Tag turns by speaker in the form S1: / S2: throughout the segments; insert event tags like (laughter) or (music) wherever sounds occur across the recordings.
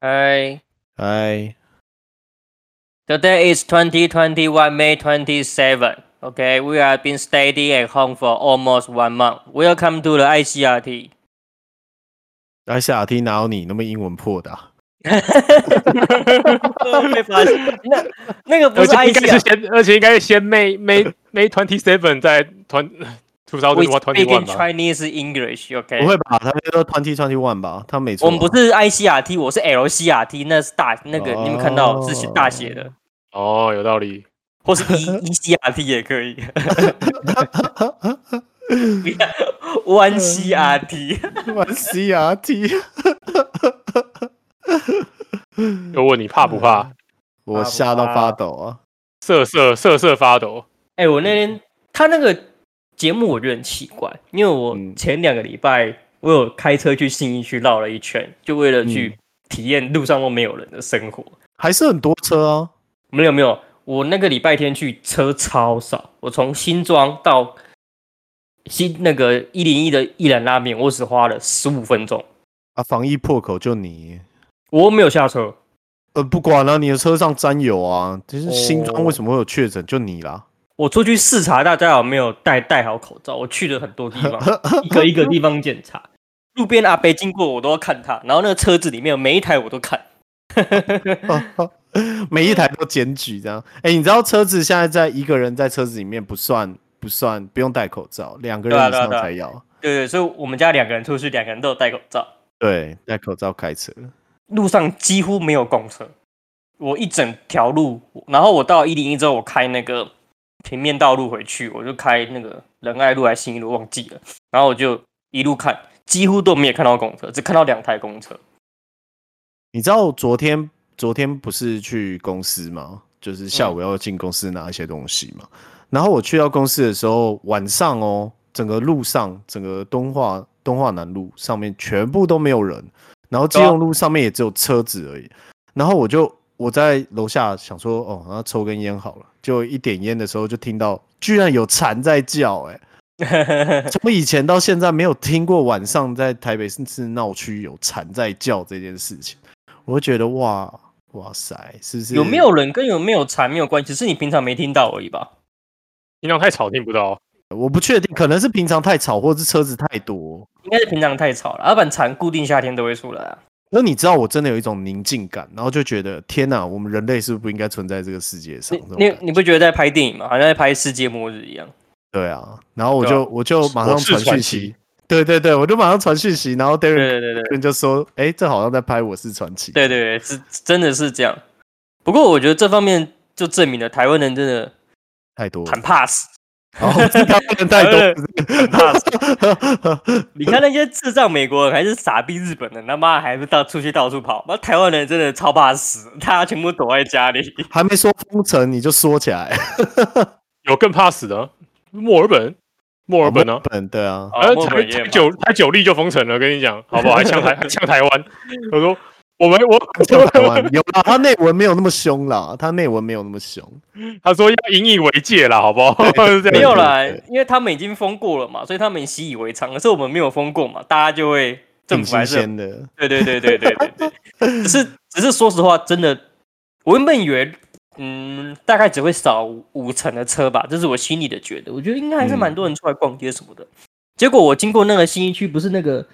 S1: 嗨
S2: 哎，
S1: ，Today is 2021 May 27. Okay, we have been staying at home for almost one month. Welcome to the (laughs) ICRT.
S2: 艾夏听哪有你那么英文破的、啊？
S1: 被发现，那那个不
S3: 而
S1: 是啊
S3: 且应该是
S1: ICRT，
S3: 先，而且应该是先 May May May Twenty Seven 在团吐槽
S1: we
S3: 对话 Twenty
S1: speak
S3: One
S1: in
S3: 吧。
S1: Chinese English. OK，
S2: 不会吧？他们都 twenty twenty one 吧？他没错、
S1: 我们不，是 ICRT，我是 LCRT，那是大那个、你们看到是写大写的，
S3: 哦，有道理。
S1: 或是 (laughs) E ECRT 也可 (laughs) 以。不要弯 C R T，
S2: 玩
S1: (laughs)
S2: CRT。
S1: 嗯
S3: 又问你怕不怕？
S2: 我吓到发抖啊！
S3: 瑟瑟瑟瑟发抖。
S1: 哎、我那天他那个节目我觉得很奇怪，因为我
S2: 嗯
S1: 前两个礼拜我有开车去信义区绕了一圈，就为了去体验路上都没有人的生活。
S2: 还是很多车啊，
S1: 没有没有，我那个礼拜天去车超少，我从新庄到新那个一零一的一兰拉面，我只花了十五分钟，
S2: 啊，防疫破口就你，
S1: 我没有下车。
S2: 呃，不管了、你的车上沾有啊，就是新
S1: 哦
S2: 庄为什么会有确诊，就你啦。
S1: 我出去视察大家有没有戴戴好口罩，我去了很多地方，一个一个地方检查。路边阿伯经过我都要看他，然后那个车子里面每一台我都看。
S2: (laughs) 每一台都检举这样。哎、你知道车子现在在一个人在车子里面不算不算不用戴口罩，两个人
S1: 对啊
S2: 以
S1: 对啊
S2: 上
S1: 对啊
S2: 才要。
S1: 对对，所以我们家两个人出去，两个人都有戴口罩。
S2: 对，戴口罩开车。
S1: 路上几乎没有公车，我一整条路，然后我到一零一之后，我开那个平面道路回去，我就开那个仁爱路还是新一路忘记了，然后我就一路看，几乎都没有看到公车，只看到两台公车。
S2: 你知道昨天昨天不是去公司吗？就是
S1: 嗯
S2: 下午要进公司拿一些东西嘛。然后我去到公司的时候，晚上哦，整个路上，整个东化东化南路上面全部都没有人，然后基
S1: 对啊
S2: 隆路上面也只有车子而已。然后我就我在楼下想说，哦，那抽根烟好了。就一点烟的时候，就听到居然有蝉在叫、欸， (laughs) 从以前到现在没有听过晚上在台北市闹区有蝉在叫这件事情，我就觉得哇哇塞，是不是
S1: 有没有人跟有没有蝉没有关系，是你平常没听到而已吧？
S3: 音量太吵听不到。
S2: 我不确定，可能是平常太吵，或是车子太多。
S1: 应该是平常太吵了，要不然蝉固定夏天都会出来啊。
S2: 那你知道，我真的有一种宁静感，然后就觉得天哪，我们人类是不是不应该存在这个世界上
S1: 你？
S2: 这种
S1: 你
S2: 感
S1: 你不觉得在拍电影吗？好像在拍世界末日一样。
S2: 对啊，然后我
S3: 对啊
S2: 就、我就马上
S3: 我是
S2: 传讯
S3: 传
S2: 息
S3: 奇，
S2: 对对对，我就马上传讯息，然后 d a r
S1: 对
S2: r
S1: 对对对
S2: n 就说，哎、这好像在拍《我是传奇》。
S1: 对对对，是真的是这样。不过我觉得这方面就证明了台湾人真的
S2: 太多了，
S1: (laughs) 很怕死，
S2: 然后台湾人太
S1: (laughs)
S2: 多 (laughs)
S1: 台湾人
S2: 了，
S1: 很怕死。你看那些智障美国人还是傻逼日本人，他妈还不到出去到处跑。那台湾人真的超怕死，大家全部躲在家里。
S2: 还没说封城你就说起来，
S3: 有更怕死的，墨尔本， (laughs) 墨尔本呢、啊？
S2: 本对
S3: (laughs)
S2: 啊，
S1: 哦
S3: 呃，
S1: 墨
S3: 才
S1: 尔本也
S3: 才
S1: 嘛
S3: 九才九例就封城了，跟你讲，好不好？还呛台还呛台湾，我说我们我
S2: 就台湾有啦，他内文没有那么凶啦，他内文没有那么凶，
S3: 他说要引以为戒啦，好不好？是 (laughs) 这样
S1: (laughs) 没有啦
S2: 对对，
S1: 因为他们已经封过了嘛，所以他们习以为常。可是我们没有封过嘛，大家就会政
S2: 挺
S1: 府还
S2: 新
S1: 是很
S2: 鲜的。
S1: 对对对对对对对。 (laughs) 只是只是说实话，真的，我原本以为嗯，大概只会少五五成的车吧，这是我心里的觉得。我觉得应该还是蛮多人出来逛街什么的。结果我经过那个新一区，不是那个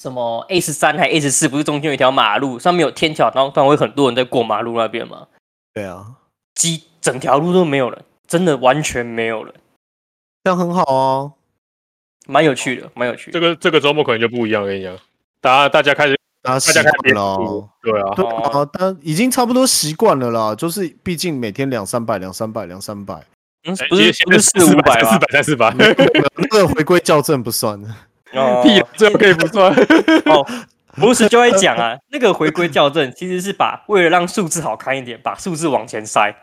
S1: 什么 A 十三还 A 十四，不是中间有一条马路，上面有天桥，然后当然会很多人在过马路那边嘛，
S2: 对啊，
S1: 几整条路都没有人，真的完全没有人。
S2: 这样很好哦。
S1: 蛮有趣的，蛮有趣
S3: 这。
S1: 的
S3: 个这个周末可能就不一样，跟你讲，大家大家开始
S2: 大家
S3: 大
S2: 习
S3: 家开始
S2: 惯
S3: 接
S2: 了
S3: 触
S2: 哦，，
S3: 对啊，
S2: 对啊，但已经差不多习惯了啦。就是毕竟每天两三百、两三百、两三百，
S3: 哎
S1: 嗯，不是不是四五百
S3: 四
S1: 吧？
S3: 百三四百，
S2: 那个回归校正不算。
S1: 哦
S3: 屁啊，最后可以不算。 (laughs)
S1: 哦，博士就会讲啊，那个回归校正其实是把为了让数字好看一点，把数字往前塞。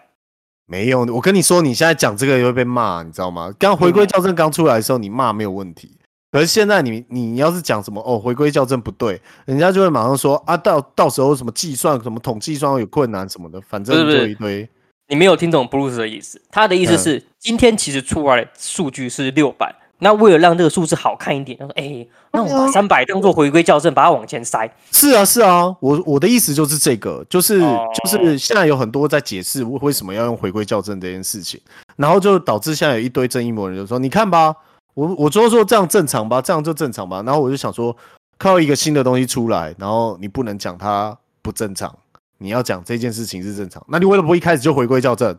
S2: 没有，我跟你说，你现在讲这个也会被骂，你知道吗？刚回归校正刚出来的时候，你骂没有问题。可是现在你你要是讲什么哦，回归校正不对，人家就会马上说啊，到到时候什么计算、什么统计算有困难什么的，反正
S1: 不是不
S2: 就是一堆。
S1: 你没有听懂 Bruce 的意思，他的意思
S3: 嗯
S1: 是、今天其实出来的数据是六百，那为了让这个数字好看一点，他说：“哎、那我把三百当做回归校正，把它往前塞。
S2: 是啊，是啊，我我的意思就是这个，就是、
S1: 哦
S2: 就是现在有很多在解释为为什么要用回归校正这件事情，然后就导致现在有一堆正义魔人就说，你看吧，我我就说这样正常吧，这样就正常吧，然后我就想说，靠一个新的东西出来，然后你不能讲它不正常，你要讲这件事情是正常，那你为什么一开始就回归校正？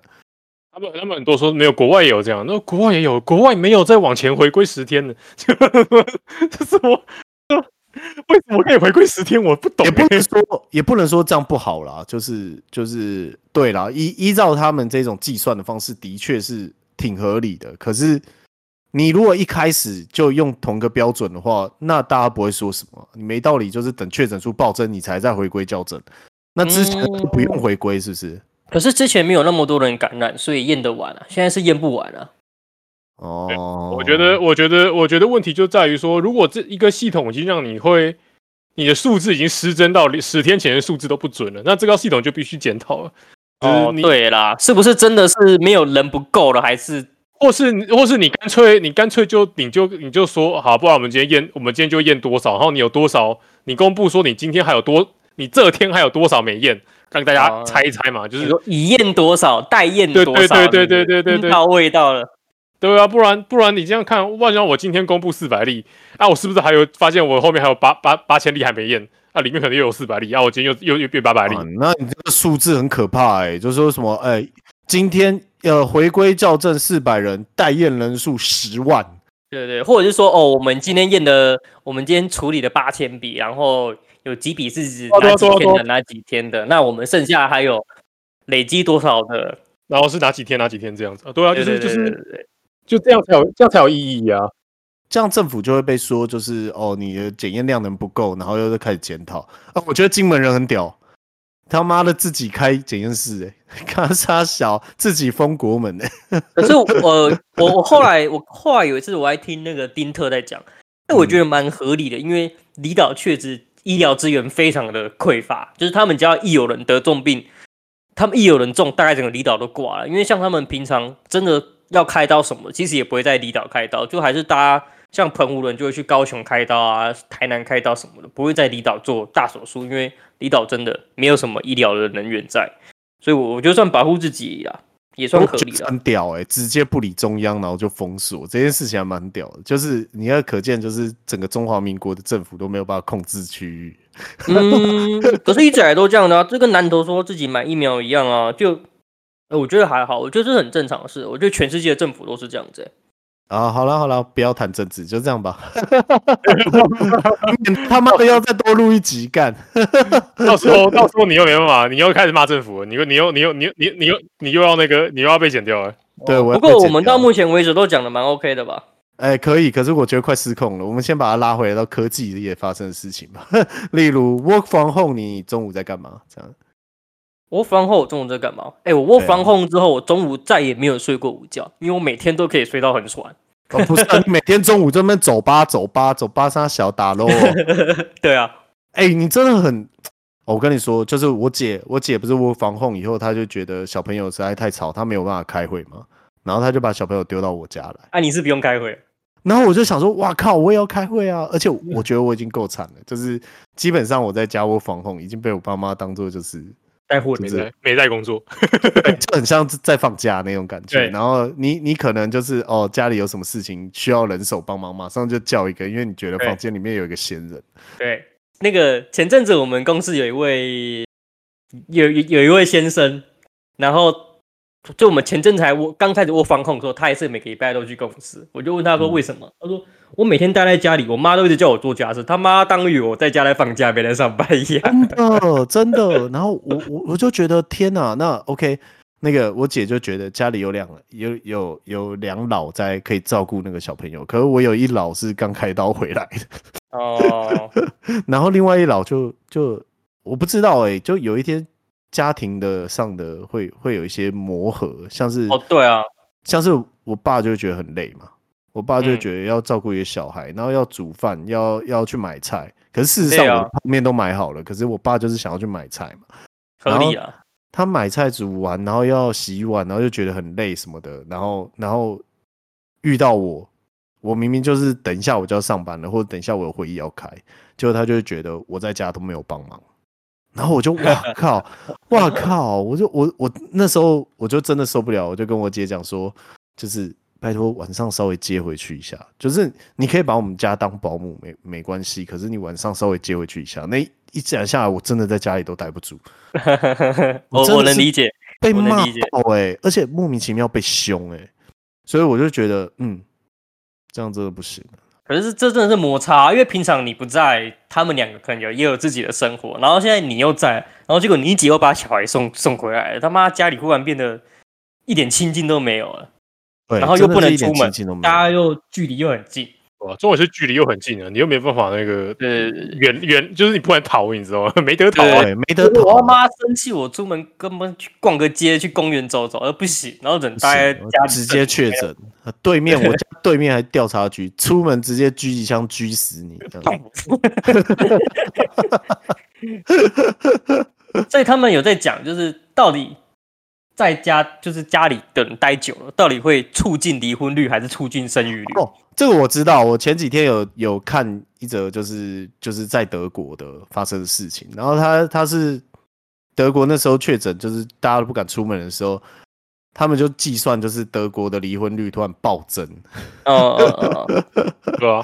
S3: 他们他们很多说没有，国外也有这样，那国外也有，国外没有再往前回归十天的， (laughs) 就就是我， (laughs) 就为什么可以回归十天，我不懂
S2: 也
S3: 欸、
S2: 不能说也不能说这样不好啦，就是就是对啦，依依照他们这种计算的方式，的确是挺合理的。可是你如果一开始就用同个标准的话，那大家不会说什么。你没道理就是等确诊数暴增，你才再回归校正，那之前都不用回归，是不是？”
S1: 可是之前没有那么多人感染，所以验得完啊，现在是验不完啊。
S2: 哦，
S3: 我觉得，我觉得，我觉得问题就在于说，如果这一个系统已经让你会，你的数字已经失真到十天前的数字都不准了，那这个系统就必须检讨了。就是
S1: 哦，
S3: 你，
S1: 对啦，是不是真的是没有人不够了，还是
S3: 或是你或是你干脆你干脆就你就你就说好，不然我们今天验，我们今天就验多少，然后你有多少，你公布说你今天还有多，你这天还有多少没验，让大家
S1: 哦
S3: 猜一猜嘛，就
S1: 你
S3: 是
S1: 说已验多少，待验
S3: 对
S1: 多少？
S3: 对对对对对对对
S1: 到味道了。
S3: 对啊，不然不然你这样看，万一我今天公布四百例，啊，我是不是还有发现我后面还有八八八千例还没验？啊，里面可能又有四百例，啊，我今天又又又变八百例，
S2: 啊那你这个数字很可怕哎、就是说什么哎、今天呃回归校正四百人，待验人数十万。
S1: 对对，或者是说哦，我们今天验的，我们今天处理的八千笔，然后有几笔是指
S3: 哦对啊
S1: 哪几
S3: 对啊
S1: 天
S3: 对
S1: 的，
S3: 啊
S1: 哪几天的，那我们剩下还有累积多少的？
S3: 然后是哪几天哪几天这样子啊？对啊，就是
S1: 对
S3: 就
S1: 对对对
S3: 是
S1: 对对，
S3: 就这样才有这样才有意义啊。
S2: 这样政府就会被说就是哦，你的检验量能不够，然后又在开始检讨啊。我觉得金门人很屌，他妈的自己开检验室、欸， (laughs) 咔嚓小自己封国门、欸，
S1: (laughs) 可是我呃我我后来我后来有一次我还听那个丁特在讲，那我觉得蛮合理的，因为离岛确实医疗资源非常的匮乏，就是他们只要一有人得重病，他们一有人中，大概整个离岛都挂了。因为像他们平常真的要开刀什么，其实也不会在离岛开刀，就还是大家像澎湖人就会去高雄开刀啊、台南开刀什么的，不会在离岛做大手术，因为离岛真的没有什么医疗的人员在，所以我我就算保护自己啦，也算合理啊
S2: 就是
S1: 了。
S2: 很屌哎、直接不理中央，然后就封锁这件事情还蛮屌的，就是你要可见，就是整个中华民国的政府都没有办法控制区域。
S1: 嗯，可是一直以来都这样的啊，这跟南投说自己买疫苗一样啊，就。呃我觉得还好，我觉得这是很正常的事。我觉得全世界的政府都是这样子、欸。
S2: 啊，好了好了，不要谈政治，就这样吧。 (laughs) 他妈的要再多录一集干，
S3: 到时
S1: (laughs)
S3: 候到时候你又没办法，你又开始骂政府了，你又你又你又你又你又你又你又要那个，你又要被剪掉了。
S2: 对
S1: 哦
S2: 我要
S1: 不
S2: 被
S1: 过我
S2: 剪
S1: 们
S2: 掉
S1: 到目前为止都讲的蛮 OK 的吧？
S2: 哎、可以，可是我觉得快失控了。我们先把它拉回来到科技业发生的事情吧， (laughs) 例如 work from home，你中午在干嘛？这样
S1: 我 work from home 我中午在干嘛？哎、我 work
S2: 对啊
S1: from home 之后，我中午再也没有睡过午觉，因为我每天都可以睡到很爽。
S2: 哦，不是、啊，你每天中午这边走吧走吧走吧，杀小打喽。
S1: 对啊，
S2: (laughs) 哎、你真的很，哦我跟你说，就是我姐，我姐不是 work from home 以后，她就觉得小朋友实在太吵，她没有办法开会嘛，然后她就把小朋友丢到我家来。
S1: 啊，你是不用开会。
S2: 然后我就想说，哇靠，我也要开会啊！而且我觉得我已经够惨了，就是基本上我在家我防控已经被我爸妈当做就是
S1: 带货
S2: 没
S3: 没在
S2: 在
S3: 没在工作，
S2: (laughs) 就很像是在放假那种感觉
S3: 对。
S2: 然后你你可能就是哦，家里有什么事情需要人手帮忙，马上就叫一个，因为你觉得
S3: 对
S2: 房间里面有一个闲人。 (laughs)
S1: 对，那个前阵子我们公司有一位有有有一位先生，然后就我们前阵子还我刚开始我防控的时候，他也是每个礼拜都去公司，我就问他说为什么，他说我每天待在家里，我妈都一直叫我做家事，他妈当与我在家来放假没来上班一样。
S2: 真的真的。然后我我我就觉得天哪，那 OK，那个我姐就觉得家里有两有有有两老在可以照顾那个小朋友，可是我有一老是刚开刀回来的， (laughs)
S1: 哦，
S2: 然后另外一老就就我不知道哎、就有一天家庭的上的会会有一些磨合，像是
S1: (laughs) 哦，对啊，
S2: 像是我爸就会觉得很累嘛，我爸就
S1: 嗯
S2: 觉得要照顾一个小孩，然后要煮饭，要要去买菜。可是事实
S1: 对
S2: 上，
S1: 啊
S2: 我的泡面都买好了，可是我爸就是想要去买菜嘛。
S1: 合
S2: 然后
S1: 理啊，
S2: 他买菜煮完，然后要洗碗，然后就觉得很累什么的，然后然后遇到我，我明明就是等一下我就要上班了，或者等一下我有会议要开，结果他就会觉得我在家都没有帮忙，然后我就哇靠，哇靠，我就我我那时候我就真的受不了，我就跟我姐讲说，就是拜托晚上稍微接回去一下，就是你可以把我们家当保姆没没关系，可是你晚上稍微接回去一下，那一一讲下来我真的在家里都待不住。
S1: (laughs) 我
S2: 真的
S1: 我能
S2: 是
S1: 理解，
S2: 被
S1: 我能
S2: 骂
S1: 理解
S2: 爆哎、而且莫名其妙被凶哎、所以我就觉得，嗯，这样真的不行。啊
S1: 可是这真的是摩擦，因为平常你不在，他们两个可能有也有自己的生活，然后现在你又在，然后结果你姐又把小孩送送回来了，他妈家里忽然变得一点亲近都没有了，
S2: 对，
S1: 然后又
S2: 真的
S1: 不
S2: 是
S1: 能
S2: 一点
S1: 出门
S2: 亲近都没有
S1: 大家又距离又很近， (laughs)
S3: 哇，重点是距离又很近了，你又没办法那个
S1: 对
S3: 远远，就是你不能逃，你知道吗？ (laughs) 没得逃啊！
S2: 对，没得逃
S1: 我
S2: 啊。
S1: 他妈生气，我出门根本去逛个街、去公园走走，而不行，然后人
S2: 不
S1: 待在
S2: 行啊
S1: 家里
S2: 直接确诊，对面我家对面还调查局，出门直接狙一枪狙死你。这
S1: (laughs)
S2: 样
S1: 所以他们有在讲，就是到底在家就是家里等待久了，到底会促进离婚率还是促进生育率？
S2: 哦，这个我知道，我前几天有有看一则，就是就是在德国的发生的事情，然后他他是德国那时候确诊，就是大家都不敢出门的时候，他们就计算就是德国的离婚率突然暴增，
S1: 哦哦哦
S3: 对
S1: (laughs)
S3: 啊，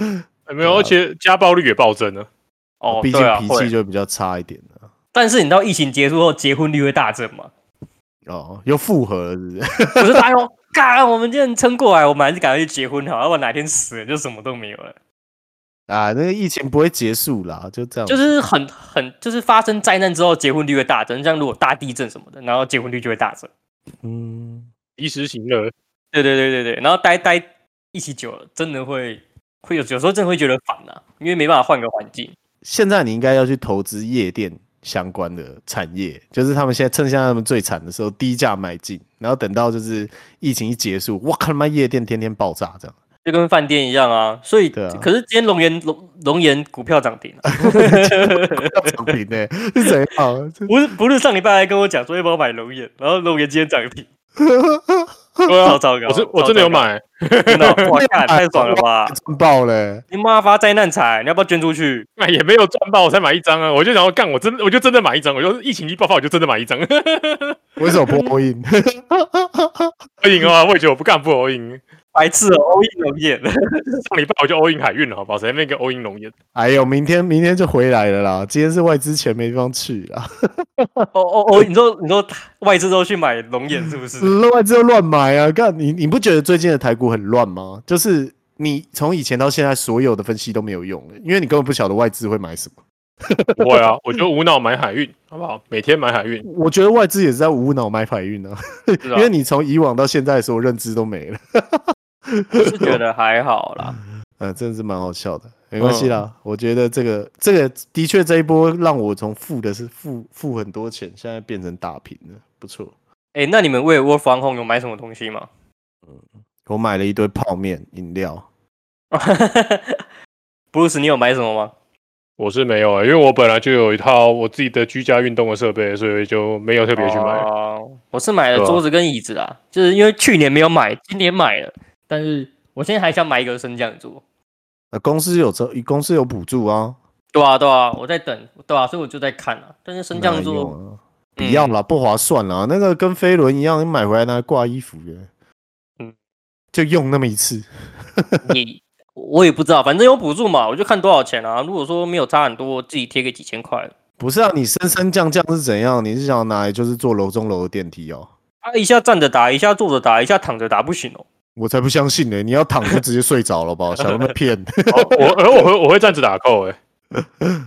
S3: 没有，而且家暴率也暴增了。
S1: 哦，
S2: (laughs) 毕竟
S1: 对啊，
S2: 脾
S1: 会
S2: 气就比较差一点了。
S1: 但是你知道疫情结束后结婚率会大增吗？ (laughs)
S2: 哦，又复合了是不 (laughs) 是？
S1: 我说哎呦，干，我们今天撑过来，我们还是赶快去结婚好，要不然哪天死了就什么都没有了。
S2: 啊，那个疫情不会结束啦，就这样。
S1: 就是很很就是发生灾难之后结婚率会大增，像如果大地震什么的，然后结婚率就会大增。
S2: 嗯，
S3: 及时行乐，
S1: 对对对对对，然后待待一起久了，真的会会有有时候真的会觉得烦啊，因为没办法换个环境。
S2: 现在你应该要去投资夜店相关的产业，就是他们现在趁现在他们最惨的时候低价买进，然后等到就是疫情一结束，哇靠他妈夜店天天爆炸这样。
S1: 就跟饭店一样啊，所以、
S2: 对啊
S1: 可是今天龙岩龙龙岩股票涨停、啊，
S2: 涨停呢、是怎样？
S1: 不是不是上礼拜还跟我讲说要不要买龙岩，然后龙岩今天涨停， (laughs)
S3: 对
S1: 超
S3: 啊，
S1: 糟糕，
S3: 我是我真的有买，
S1: 真的，哇，干太爽了吧！
S2: 赚爆嘞、
S1: 你妈发灾难财，你要不要捐出去？
S3: 那也没有赚爆，我才买一张啊！我就想要干，我真我就真的买一张，我就疫情一爆发，我就真的买一张。 (laughs)
S2: 为什么不播音？
S3: 我赢啊！我也觉得我不干不 all in，
S1: 白痴哦，欧印龙岩， (laughs)
S3: 上礼拜我就 all in 海运了，好不好？谁那个 all in 龙岩？
S2: 哎呦，明天明天就回来了啦！今天是外资钱没地方去啦，
S1: 哦哦哦，你说你说外资都去买龙眼是不是？
S2: 外资又乱买啊！干你你不觉得最近的台股很乱吗？就是你从以前到现在所有的分析都没有用、因为你根本不晓得外资会买什么。
S3: 不会啊，我就无脑买海运，好不好？每天买海运，
S2: 我觉得外资也是在无脑买海运啊，
S1: 是
S2: 因
S1: 啊
S2: 为你从以往到现在所有认知都没了。 (laughs)
S1: 我是觉得还好啦。
S2: 呃，真的是蛮好笑的，没关系啦。
S1: 嗯
S2: 我觉得这个这个的确这一波让我从负的是负负很多钱，现在变成打平了，不错。
S1: 哎、那你们为了 work from home 有买什么东西吗？
S2: 我买了一堆泡面、饮料，
S1: (laughs) 布鲁斯，你有买什么吗？
S3: 我是没有啊、因为我本来就有一套我自己的居家运动的设备，所以就没有特别去买。
S1: 哦我是买
S3: 对
S1: 了
S3: 啊
S1: 桌子跟椅子啦，就是因为去年没有买，今年买了，但是我现在还想买一个升降桌。
S2: 呃，公司有这公司有补助啊，
S1: 对啊，对啊，我在等，对啊，所以我就在看啊。但是升
S2: 哪
S1: 降嗯
S2: 里
S1: 桌
S2: 用啊，不要啦，不划算啦。那个跟飞轮一样，你买回来拿来挂衣服的，嗯
S3: 嗯，
S2: 就用那么一次。
S1: 你嗯我也不知道，反正有补助嘛，我就看多少钱啊。如果说没有差很多，我自己贴个几千块。
S2: 不是啊，你升升降降是怎样？你是想拿来就是坐楼中楼的电梯哦？
S1: 啊，一下站着打，一下坐着打，一下躺着打，不行哦。
S2: 我才不相信呢、你要躺就直接睡着了吧？想那么骗？
S3: 哦 (laughs) 我而我会我会站着打扣哎、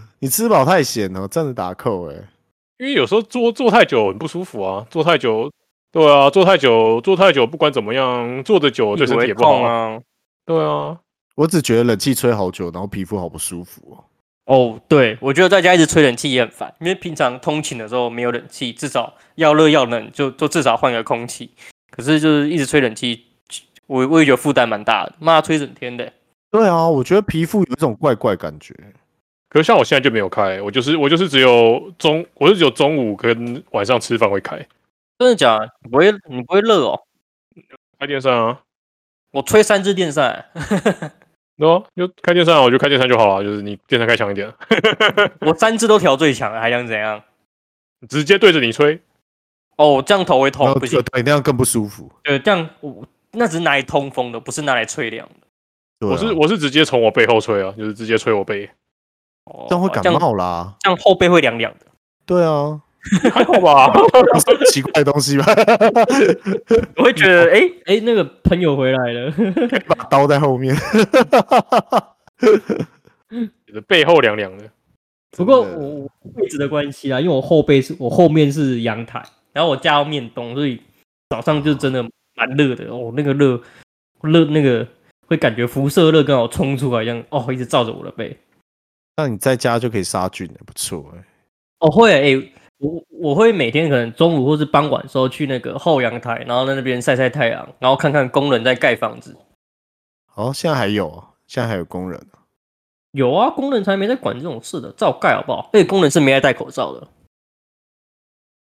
S2: (laughs) 你吃饱太闲了，站着打扣哎、
S3: 因为有时候坐坐太久很不舒服啊，坐太久对啊，坐太久，坐太久，不管怎么样，坐的久对身体也不好
S1: 痛。啊。
S3: 对啊，
S2: 我只觉得冷气吹好久，然后皮肤好不舒服、哦。
S1: 哦，对，我觉得在家一直吹冷气也很烦，因为平常通勤的时候没有冷气，至少要热要冷就就至少换个空气。可是就是一直吹冷气，我我也觉得负担蛮大的，妈吹整天的。
S2: 对啊，我觉得皮肤有一种怪怪感觉。
S3: 可是像我现在就没有开，我就是我就是只有中，我就只有中午跟晚上吃饭会开，
S1: 真的假的？你不会你不会热哦？
S3: 开电扇啊，
S1: 我吹三支电扇，
S3: 对啊，就开电扇啊，我就开电扇就好了，就是你电扇开强一点，
S1: 我三支都调最强了，还想怎样？
S3: 直接对着你吹，
S1: 哦，这样头会
S2: 然
S1: 痛，
S2: 后
S1: 不行
S2: 对。对，那样更不舒服。
S1: 对，这样我那只是拿来通风的，不是拿来吹凉的。
S2: 对啊、
S3: 我是我是直接从我背后吹啊，就是直接吹
S2: (laughs)
S3: 我背，
S1: 哦
S2: 这样会感
S1: 这样
S2: 冒啦。
S1: 这样后背会凉凉的。
S2: 对啊，
S3: 还好吧？
S2: 不是奇怪的东西吧？ (laughs)
S1: 我会觉得，哎、
S4: 哎、那个朋友回来了，
S2: 把刀在后面。
S3: 你的背后凉凉的，
S4: 不过
S2: 真的
S4: 我我位置的关系啊啦，因为我后背是我后面是阳台，然后我家要面东，所以早上就真的蛮热的哦，那个热热那个会感觉辐射热刚好冲出来一样，哦，一直照着我的背。
S2: 那你在家就可以杀菌了，不错哎、
S4: 哦，会诶、我我会每天可能中午或是傍晚的时候去那个后阳台，然后在那边晒晒太阳，然后看看工人在盖房子。
S2: 哦，现在还有哦，现在还有工人哦。
S4: 有啊，工人才没在管这种事的，照盖好不好？而且工人是没爱戴口罩的。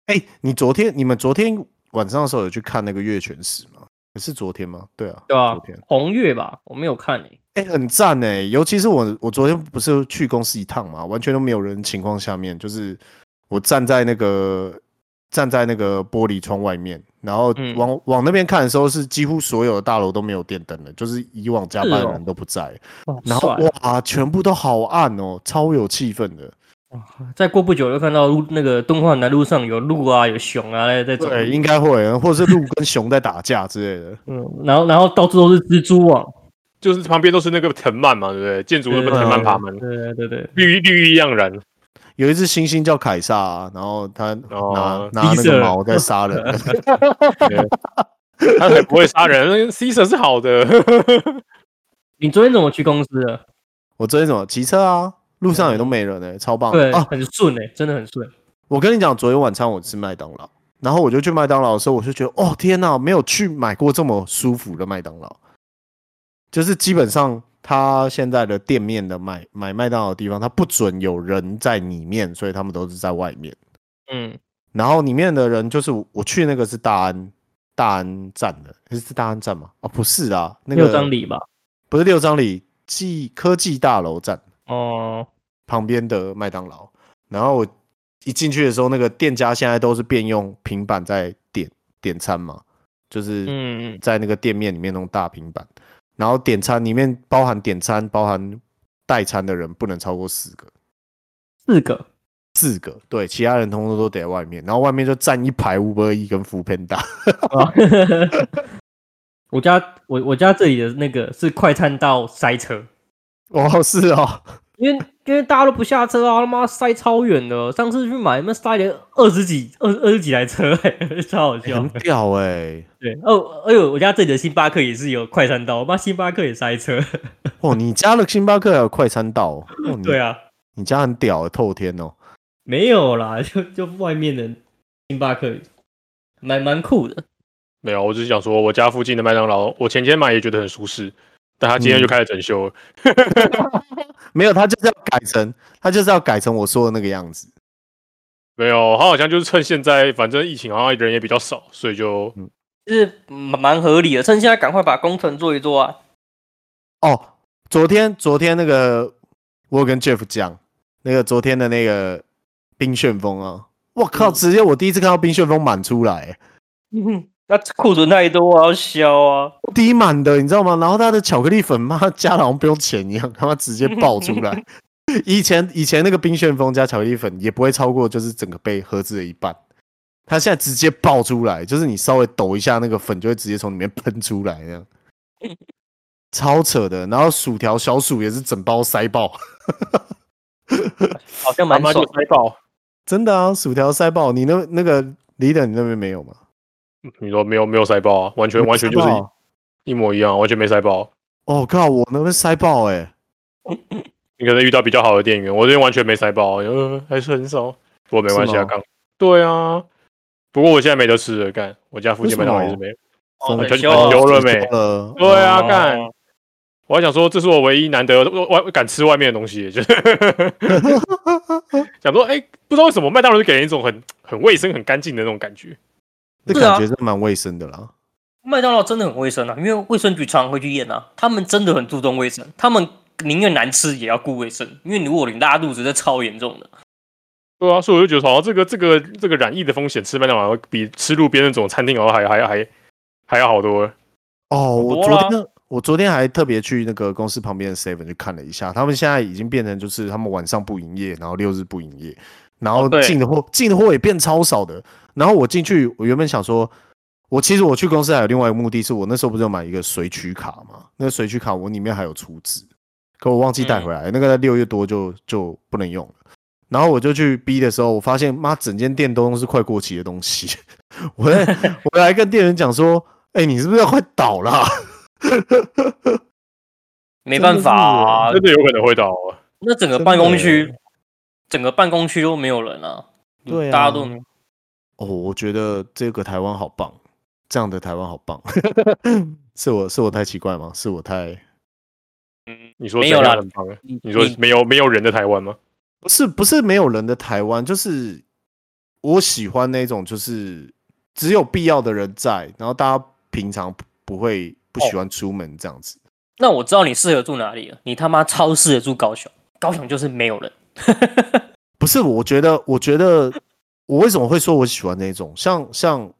S2: 哎、你昨天你们昨天晚上的时候有去看那个月全食吗？是昨天吗？对啊，
S4: 对啊
S2: 昨天。
S4: 红月吧，我没有看诶、
S2: 哎、很赞哎、尤其是我，我昨天不是去公司一趟嘛，完全都没有人的情况下面，就是我站在那个站在那个玻璃窗外面，然后
S4: 嗯
S2: 往、往那边看的时候，是几乎所有的大楼都没有电灯了，就是以往加班
S4: 是
S2: 的
S4: 哦
S2: 人都不在，
S4: 哇
S2: 然后
S4: 帅啊
S2: 哇，全部都好暗哦，超有气氛的。
S4: 再过不久又看到路那个敦化南路上有鹿啊，有熊啊在在走路，
S2: 对，应该会，或者是鹿跟熊在打架之类的。
S4: 嗯，然后然后到处都是蜘蛛网，
S3: 就是旁边都是那个藤蔓嘛，对不对？建筑都
S4: 对
S3: 是藤蔓爬满，
S2: 啊
S4: 对对对，
S3: 绿绿意盎然。
S2: 有一只猩猩叫凯撒、啊然后他拿、
S3: 哦
S2: 拿那个
S4: Caesar
S2: 矛在杀
S4: (laughs)
S2: 人。
S3: 他才不会杀人，Caesar 是好的。 (laughs)
S4: 你昨天怎么去公司的？
S2: 我昨天怎么骑车啊？路上也都没人呢、超棒的。
S4: 对，
S2: 啊，
S4: 很顺哎、真的很顺。
S2: 我跟你讲，昨天晚餐我吃麦当劳，然后我就去麦当劳的时候，我就觉得，哦天哪，没有去买过这么舒服的麦当劳。就是基本上，他现在的店面的买买麦当劳的地方，他不准有人在里面，所以他们都是在外面。
S4: 嗯，
S2: 然后里面的人就是我我去那个是大安大安站的，诶是大安站吗？哦，不是啊，那个
S4: 六张里吧？
S2: 不是六张里，技科技大楼站
S4: 哦，
S2: 旁边的麦当劳。然后我一进去的时候，那个店家现在都是变用平板在点点餐嘛，就是
S4: 嗯嗯，
S2: 在那个店面里面弄大平板，然后点餐里面包含点餐包含代餐的人不能超过四个。
S4: 四个
S2: 四个对，其他人通通都得在外面，然后外面就站一排五百一跟福片大，
S4: 啊。我家我我家这里的那个是快餐到塞车，
S2: 哦，是哦，
S4: 因为因为大家都不下车啊，他妈塞超远的。上次去买，那塞了二十几二二十几台车、欸， (laughs) 超好
S2: 欸
S4: 笑
S2: 很。屌哎、
S4: 对，哦，哎呦，我家这里的星巴克也是有快餐道，我妈星巴克也塞车。
S2: 哦，你家的星巴克还有快餐道哦，哦
S4: 对
S2: 啊，
S4: 啊，
S2: 你家很屌、欸，透天哦。
S4: 没有啦， (laughs) 就就外面的星巴克，蛮蛮酷的。
S3: 没有，我只是想说，我家附近的麦当劳，我前天买也觉得很舒适，但他今
S2: 嗯
S3: 天就开始整修了。
S2: 没有，他就是要改成，他就是要改成我说的那个样子。
S3: 没有，他好像就是趁现在，反正疫情好像人也比较少，所以就
S1: 就是蛮蛮合理的。趁现在赶快把工程做一做啊！ (laughs)
S2: 哦，昨天昨天那个我有跟 Jeff 讲，那个昨天的那个冰旋风啊，我靠，直接我第一次看到冰旋风满出来欸、
S1: 那库存太多啊，要销啊！
S2: 低满的，你知道吗？然后它的巧克力粉嘛，加的好像不用钱一样，他妈直接爆出来。以前以前那个冰旋风加巧克力粉也不会超过就是整个杯盒子的一半，它现在直接爆出来，就是你稍微抖一下那个粉就会直接从里面喷出来那样，超扯的。然后薯条小薯也是整包塞爆，
S1: 好像
S3: 他
S1: 蛮
S3: 妈就
S1: 爽。
S3: 塞爆。
S2: 真的啊，薯条塞爆。你那那个李等你那边没有吗？
S3: 你说没有没有塞爆啊，完全完全就是
S2: 塞爆
S3: 一模一样，完全没塞爆。
S2: 哦靠，我能被塞爆哎、
S3: 你可能遇到比较好的店员，我这边完全没塞爆，呃，还是很少。不过没关系
S2: 是
S3: 啊，
S2: 吗
S3: 刚对啊。不过我现在没得吃了，干，我家附近麦当劳也是没有。
S2: 疯
S1: 很
S3: 全
S1: 羞
S3: 很
S1: 哦
S3: 羞热
S2: 没
S3: 美
S2: 了，
S3: 对啊，
S4: 哦
S3: 干。我还想说，这是我唯一难得外外敢吃外面的东西，就是 (laughs) 想说，哎、不知道为什么麦当劳就给人一种很很卫生、很干净的那种感觉。
S2: 这
S1: 是啊
S2: 感觉是蛮卫生的啦。
S1: 麦当劳真的很卫生啊，因为卫生局常常会去验啊，他们真的很注重卫生，他们宁愿难吃也要顾卫生，因为如果你拉肚子，这超严重的。
S3: 对啊，所以我就觉得，好像这个这个这个染疫的风险，吃麦当劳比吃路边那种餐厅好像还还还还要好多。
S2: 哦，我
S1: 多啦
S2: 昨天我昨天还特别去那个公司旁边的 Seven 去看了一下，他们现在已经变成就是他们晚上不营业，然后六日不营业，然后
S1: 哦对
S2: 进的货进的货也变超少的。然后我进去，我原本想说，我其实我去公司还有另外一个目的，是我那时候不是有买一个随取卡嘛？那个随取卡我里面还有储值，可我忘记带回来，那个在六月多就就不能用了。然后我就去逼的时候，我发现妈，整间店都是快过期的东西。 (laughs) 我在我来跟店员讲说：“哎、你是不是要快倒了啊、
S1: 没办法啊，
S3: 真的有可能会倒啊。
S1: 那整个办公区，整个办公区都没有人啊，
S2: 对啊
S1: 大家都没
S2: 哦，我觉得这个台湾好棒，这样的台湾好棒。 (laughs) 是我是我太奇怪吗？是我太
S3: 你说
S1: 没有
S3: 怎
S1: 啦
S3: 样很棒啊
S1: 你
S3: 你说没有没有人的台湾吗？
S2: 不是不是没有人的台湾，就是我喜欢那种就是只有必要的人在，然后大家平常不不会不喜欢出门这样子。
S1: 那我知道你适合住哪里了，你他妈超适合住高雄，高雄就是没有人。 (laughs)
S2: 不是，我觉得，我觉得，我为什么会说我喜欢那种？像像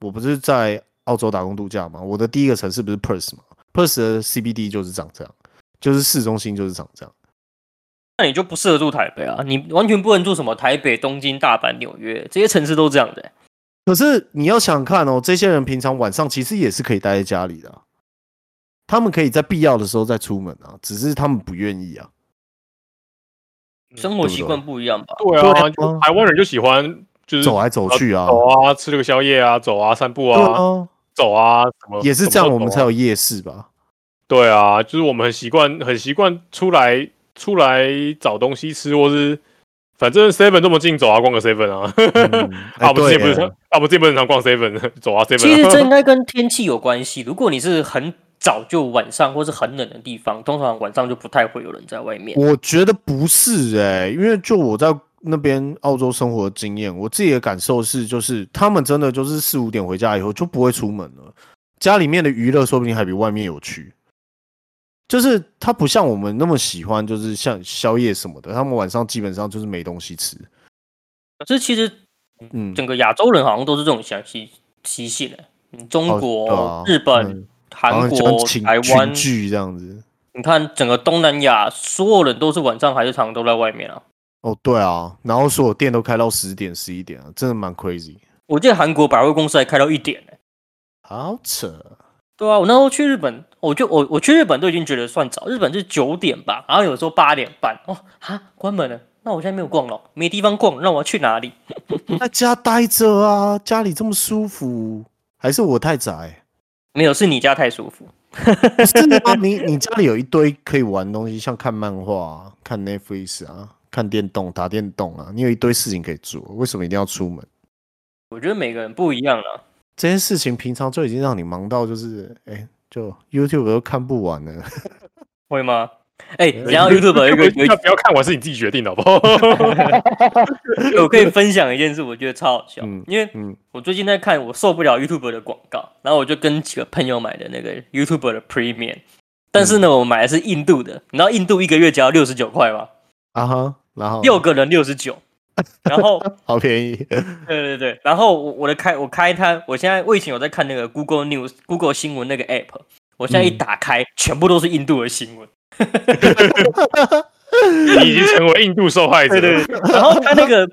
S2: 我不是在澳洲打工度假嘛，我的第一个城市不是 Perth 嘛，Perth 的 CBD 就是长这样，就是市中心就是长这样。
S1: 那你就不适合住台北啊！你完全不能住什么台北、东京、大阪、纽约这些城市都这样的欸、
S2: 可是你要想看哦，这些人平常晚上其实也是可以待在家里的啊、他们可以在必要的时候再出门啊，只是他们不愿意啊。
S1: 生活
S2: 对不嗯
S1: 习
S2: 对
S1: 惯不一样吧？
S3: 对
S2: 对
S3: 啊，
S2: 啊
S3: 就台湾人就喜欢就是
S2: 走来走去啊，
S3: 走啊，吃了个宵夜啊，走啊，散步
S2: 对
S3: 啊，
S2: 啊，
S3: 走啊，什么
S2: 也是这样，我们才有
S3: 有
S2: 夜市
S3: (laughs)
S2: 吧？
S3: 对啊，就是我们很习惯，很习惯出来出来找东西吃，或是反正 seven 这么近，走啊，逛个 seven 啊。 (laughs)
S2: 嗯
S3: 啊，我们之
S2: 对
S3: 前不是
S2: 耶
S3: 常啊，我们之前不是很常逛 seven，走 (laughs) 啊 seven。
S1: 其实这应该跟天气有关系。如果你是很早就晚上或是很冷的地方，通常晚上就不太会有人在外面。
S2: 我觉得不是哎、因为就我在那边澳洲生活的经验，我自己的感受是，就是他们真的就是四五点回家以后就不会出门了，家里面的娱乐说不定还比外面有趣。就是他不像我们那么喜欢，就是像宵夜什么的，他们晚上基本上就是没东西吃。
S1: 可是其实
S2: 嗯，
S1: 整个亚洲人好像都是这种习习习性的、嗯中
S2: 哦
S1: 国、
S2: 对啊
S1: 日本、
S2: 嗯好像
S1: 韩
S2: 喜
S1: 国
S2: 欢、群
S1: 台湾
S2: 群，聚这样子。
S1: 你看整个东南亚，所有人都是晚上还是常常都在外面啊。
S2: 哦，对啊，然后所有店都开到十点十一点啊，真的蛮 crazy，
S1: 我记得韩国百货公司还开到一点呢、
S2: 好扯。
S1: 对啊，我那时候去日本，我就我我去日本都已经觉得算早，日本是九点吧，然后有时候八点半，哦哈关门了，那我现在没有逛了，没地方逛，那我要去哪里？
S2: 在家待着啊，家里这么舒服，还是我太宅？
S1: 没有，是你家太舒服。
S2: 不是啊，你 (laughs) 你家里有一堆可以玩的东西，像看漫画、啊、看 Netflix 啊、看电动、打电动啊，你有一堆事情可以做，为什么一定要出门？
S1: 我觉得每个人不一样啊了。
S2: 这些事情平常就已经让你忙到就是，哎、就 YouTube 都看不完了。 (laughs)
S1: 会吗？哎、然后 YouTube 有一个有一
S3: 要
S1: 个
S3: 不要看完是你自己决定的，好不好？
S1: (laughs) 我可以分享一件事，我觉得超好笑，
S2: 嗯
S1: 因为
S2: 嗯，
S1: 我最近在看，我受不了 YouTube 的广告，然后我就跟几个朋友买的那个 YouTube 的 Premium，但是呢，我买的是印度的，你知道印度一个月只要六十九块吗？
S2: 啊哈，然后
S1: 六个人六十 (laughs) 九，然后
S2: 好便宜，
S1: 对对对，然后我我的开我开它，我现在我以前有在看那个 Google News、Google 新闻那个 App，我现在一
S2: 嗯
S1: 打开，全部都是印度的新闻。
S3: 你已经成为印度受害者了。
S1: 对对， (laughs) 然后他那个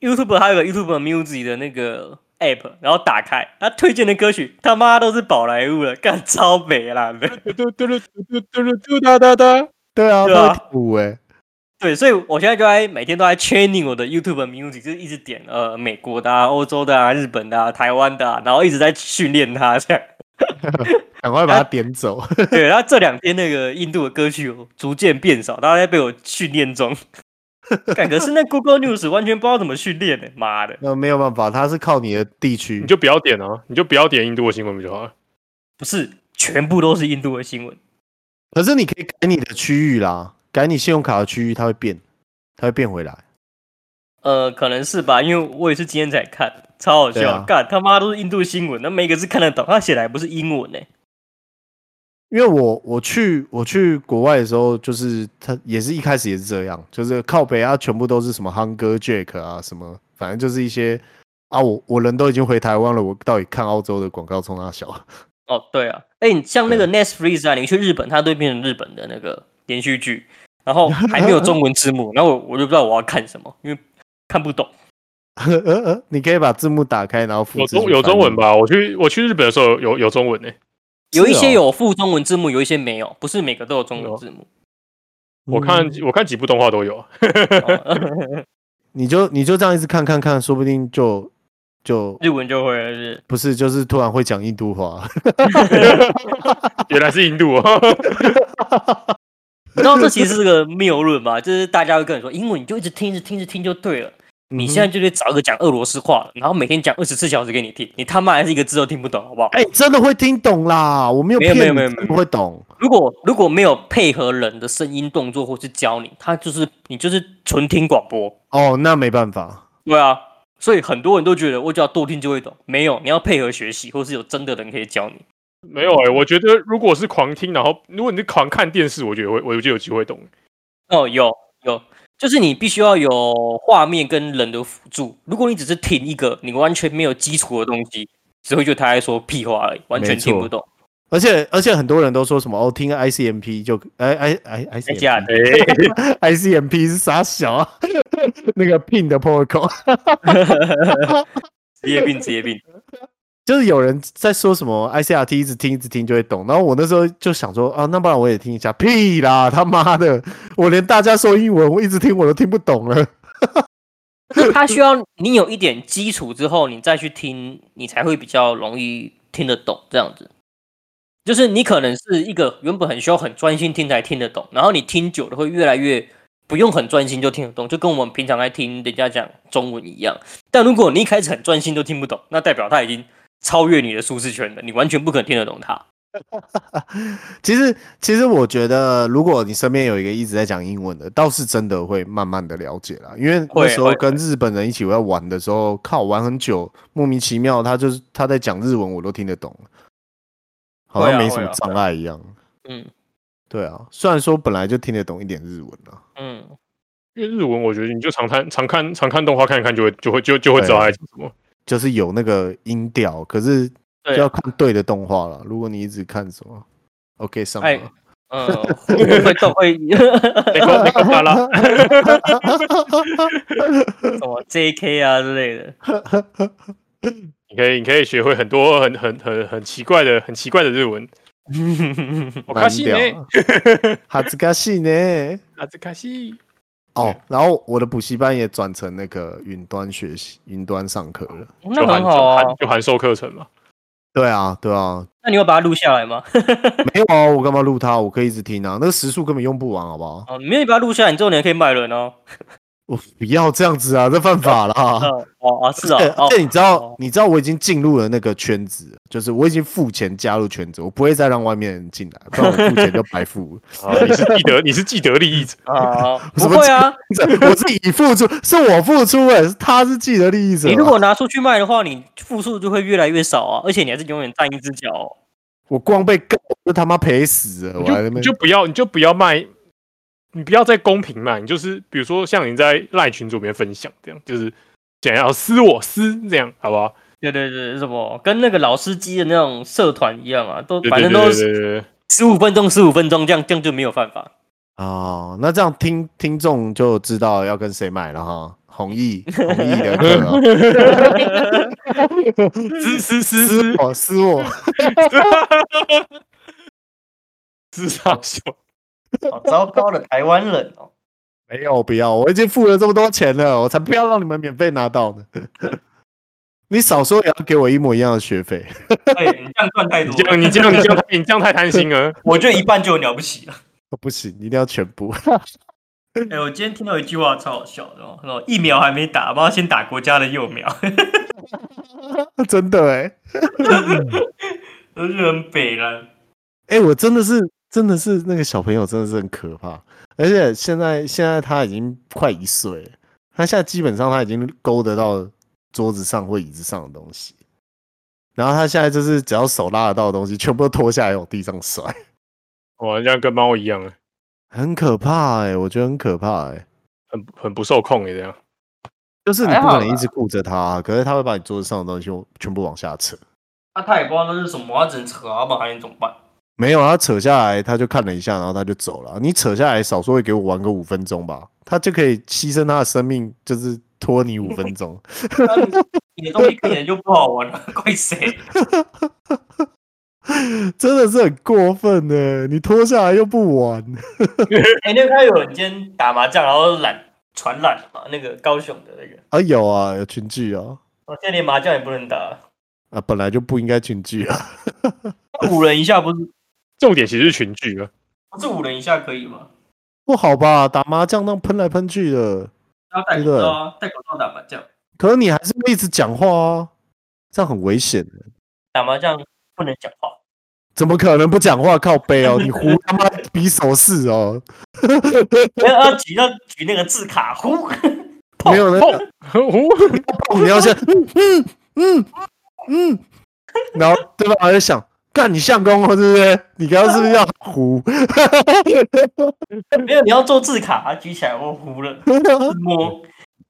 S1: YouTube 还有个 YouTube Music 的那个 App，然后打开，他推荐的歌曲他妈都是宝莱坞的，干超美啦的。
S3: 嘟嘟嘟嘟嘟嘟嘟嘟哒哒哒。
S2: 对啊，
S1: 对啊
S2: 都会跳舞哎、
S1: 对，所以我现在就在每天都在 training 我的 YouTube Music，就是一直点呃美国的啊、欧洲的啊、日本的啊、台湾的啊，然后一直在训练它
S2: (laughs)
S1: 这样。
S2: 赶快
S3: 哎
S2: 把它点走。 (laughs)
S1: 对，然后这两天那个印度的歌曲有逐渐变少，大家在被我训练
S2: (laughs)
S1: 中。干可是那 Google News 完全不知道怎么训练呢、妈的！
S2: 那没有办法，它是靠你的地区
S3: (laughs) 你。就不要点啊，你就不要点印度的新闻不就好了？
S1: 不是全部都是印度的新闻，
S2: 可是你可以改你的区域啦，改你信用卡的区域，它会变，它会变回来。
S1: 呃，可能是吧，因为我也是今天才看，超好
S2: 对
S1: 笑
S2: 啊，
S1: 干、他妈都是印度新闻，那每一个字看得懂，他写的还不是英文呢、
S2: 因为我我去我去国外的时候，就是他也是一开始也是这样，就是靠北啊，全部都是什么 Hunger Jack 啊，什么反正就是一些啊，我我人都已经回台湾了，我到底看澳洲的广告冲他小？
S1: 哦，对啊，哎、你像那个 Netflix 啊，你去日本，它都会变成日本的那个连续剧，然后还没有中文字幕，然后我我就不知道我要看什么，因为看不懂。
S2: 呃呃， (laughs) 你可以把字幕打开，然后复
S3: 有
S2: 制去
S3: 中有
S2: 翻
S3: 中
S2: 译
S3: 文？吧？我去我去日本的时候有有有中文呢、欸
S1: 有一
S2: 是
S1: 些
S2: 哦
S1: 有附中文字幕，有一些没有，不是每个都有中文字幕。嗯
S3: 我
S2: 嗯
S3: 看我看几部动画都
S1: (laughs)
S3: 有。
S1: 哦 (laughs)
S2: 你就你就这样一直看看看，说不定就就
S1: 日文就会了是
S2: 不是就是突然会讲印度话。 (laughs)
S3: 原来是印度哦，
S1: 不是，然后这其实是个谬论吧，就是大家会跟你说，英文你就一直听，一直听，一直听就
S2: 嗯
S1: 对了。你现在就得找一个讲俄罗斯话的，然后每天讲二十四小时给你听，你他妈还是一个字都听不懂，好不好？
S2: 哎、真的会听懂啦，我没有
S1: 没有
S2: 骗
S1: 没有
S2: 你，
S1: 没有
S2: 真
S1: 没
S2: 的
S1: 有
S2: 会懂。
S1: 如果如果没有配合人的声音、动作或是教你，他就是你就是纯听广播。
S2: 哦，那没办法，
S1: 对啊，所以很多人都觉得我只要多听就会懂，没有，你要配合学习，或是有真的人可以教你。
S3: (laughs) 没有哎、我觉得如果是狂听，然后如果你是狂看电视，我觉得会，我觉得有机会
S1: (laughs)
S3: 懂。
S1: 哦，有有，就是你必须要有画面跟人的辅助。如果你只是听一个，你完全没有基础的东西，只会觉得他在说屁话而已，完全
S2: 没错
S1: 听不懂。
S2: 而且而且很多人都说什么哦，听 ICMP 就哎哎哎
S1: 真假
S2: ICMP
S1: 的？
S3: 哎、
S2: ICMP 是傻小啊， (laughs) 那个 PIN 的 protocol，
S1: 职业病，职业病。
S2: 就是有人在说什么 ICRT 一直听一直听就会懂，然后我那时候就想说啊，那不然我也听一下，屁啦他妈的，我连大家说英文我一直听我都听不懂了。
S1: 就是他需要你有一点基础之后，你再去听，你才会比较容易听得懂这样子。就是你可能是一个原本很需要很专心听才听得懂，然后你听久了会越来越不用很专心就听得懂，就跟我们平常在听人家讲中文一样。但如果你一开始很专心都听不懂，那代表他已经超越你的舒适圈了，你完全不可能听得懂他。
S2: 其实，其实我觉得，如果你身边有一个一直在讲英文的，倒是真的会慢慢的了解啦。因为那
S1: 会
S2: 时候
S1: 会
S2: 跟日本人一起要玩的时候，靠玩很久，莫名其妙，他就是他在讲日文，我都听得懂，好
S1: 会
S2: 像
S1: 啊
S2: 没什
S1: 会
S2: 么
S1: 啊
S2: 障碍一样。
S1: 嗯
S2: 对啊，虽然说本来就听得懂一点日文啊啦，
S1: 嗯，
S3: 因为日文，我觉得你就常看常看常看动画看一看就会就会就就会知
S1: 啊
S3: 道他在讲什么。
S2: 就是有那个音调，可是就
S1: 对啊
S2: 要看对的动画了。如果你一直看什么，OK 上
S1: 哎
S2: 吧。
S1: 嗯，会动会
S3: 美国美国巴拉，
S1: 什么 JK 啊之类的。
S3: 你可以你可以学会很多很很很很奇怪的很奇怪的日文。
S2: (laughs)
S3: 我开
S2: 蛮
S3: 心欸
S2: 屌
S3: 呢，
S2: 啊，
S1: (laughs)
S2: 哈兹卡西呢？
S3: 阿兹卡西。
S2: 哦，然后我的补习班也转成那个云端学习、云端上课了。
S1: 那
S3: 就函
S1: 很好啊
S3: 就函，就函授课程嘛。
S2: (laughs) 对啊，对啊，
S1: 那你有把它录下来吗？
S2: 没有啊，我干嘛录它？我可以一直听啊，那个时数根本用不完，好不好？
S1: 哦，没有你把它录下来，你之后你还可以卖人哦。
S2: 我不要这样子啊，这犯法 (laughs) 啦。
S1: 嗯，哦啊，是
S2: 而
S1: 啊
S2: 且，
S1: (laughs) 哦
S2: 而且，你知道
S1: 哦，
S2: 你知道我已经进入了那个圈子，就是我已经付钱加入圈子，我不会再让外面人进来，不然我付钱就白付了。 (laughs)
S3: 啊，你是既得，你是既得利益者。
S1: (laughs) 啊，
S2: 什
S1: 不
S2: 么
S1: 会啊，
S2: 这我自己付出，是我付出哎、是他是既得利益者啊。
S1: 你如果拿出去卖的话，你付出就会越来越少啊，而且你还是永远站一只脚哦。
S2: 我光被告，我就他妈赔死了，
S3: 你
S2: 我
S3: 就
S2: 还在那
S3: 你
S2: 边
S3: 就不要，你就不要卖，你不要再公平嘛。你就是比如说像你在赖群组里面分享这样，就是想要撕我撕这样，好不好？
S1: 对对对，什么跟那个老司机的那种社团一样啊，都
S3: 对
S1: 反
S3: 对
S1: 正都
S3: 对
S1: 是
S3: 对对
S1: 十五分钟，十五分钟这样，这样就没有办法。
S2: 哦，那这样听听众就知道要跟谁买了哈。弘毅，弘毅的歌啊
S3: 对，撕撕撕
S2: 撕
S3: 撕
S2: 我撕我，
S3: 撕上秀。
S1: (laughs) 好糟糕的台湾人哦，
S2: 没有，不要，我已经付了这么多钱了，我才不要让你们免费拿到呢。 (laughs) 你少说也要给我一模一样的学费。 (laughs)
S1: 哎，你这样赚太
S3: 你
S1: 多
S3: 这
S1: 了，
S3: 样你这样你这样你这样太贪心了。
S1: 我觉得一半就很了不起了。
S2: 不行，一定要全部。 (laughs)
S1: 哎，我今天听到一句话超好笑的哦，说疫苗还没打，帮先打国家的幼苗， (laughs)
S2: 真的哎、
S1: 都是很北了。
S2: 哎、我真的是，真的是那个小朋友真的是很可怕，而且现在现在他已经快一岁了，他现在基本上他已经勾得到桌子上或椅子上的东西，然后他现在就是只要手拉得到的东西，全部都脱下来往地上甩，
S3: 哇，这样跟猫一样啊，
S2: 很可怕哎、我觉得很可怕哎、
S3: 很很不受控诶，欸这样。
S2: 就是你
S1: 还
S2: 不
S1: 好
S2: 可能一直顾着他，啊可是他会把你桌子上的东西全部往下扯。
S1: 那他也不知道那是什么，他只能扯啊，不然还能怎么办？ (laughs)
S2: 没有，他扯下来，他就看了一下，然后他就走了。你扯下来，少说也给我玩个五分钟吧，他就可以牺牲他的生命，就是拖你五分钟。
S1: 你的东西看起来就不好玩了， (laughs) 怪谁？
S2: 真的是很过分呢！你脱下来又不玩，
S1: 哎、那个他有人今天打麻将，然后染传染了嘛？那个高雄的那个，
S2: 啊有啊，有群聚啊，
S1: 我现在连麻将也不能打了，
S2: 啊本来就不应该群聚啊，
S1: 五人一下不是
S3: 重点其实是群聚啊，
S1: (laughs) 不是五人一下可以吗？
S2: 不好吧？打麻将那样喷来喷去的，
S1: 要戴
S2: 对不
S1: 口
S2: 对
S1: 罩啊，戴口罩打麻将，
S2: 可是你还是会一直讲话啊，这样很危险的。
S1: 打麻将不能讲话。
S2: 怎么可能不讲话靠背哦？你胡他妈比手势哦，
S1: 没有要举要举那个字卡，呼，
S2: 没有那个
S3: 砰！呼
S2: 你要先嗯嗯嗯嗯，然后对吧？我就想，干你相公哦，是不是？你刚刚是不是要胡？
S1: 没有你要做字卡，啊举起来我呼了，自摸。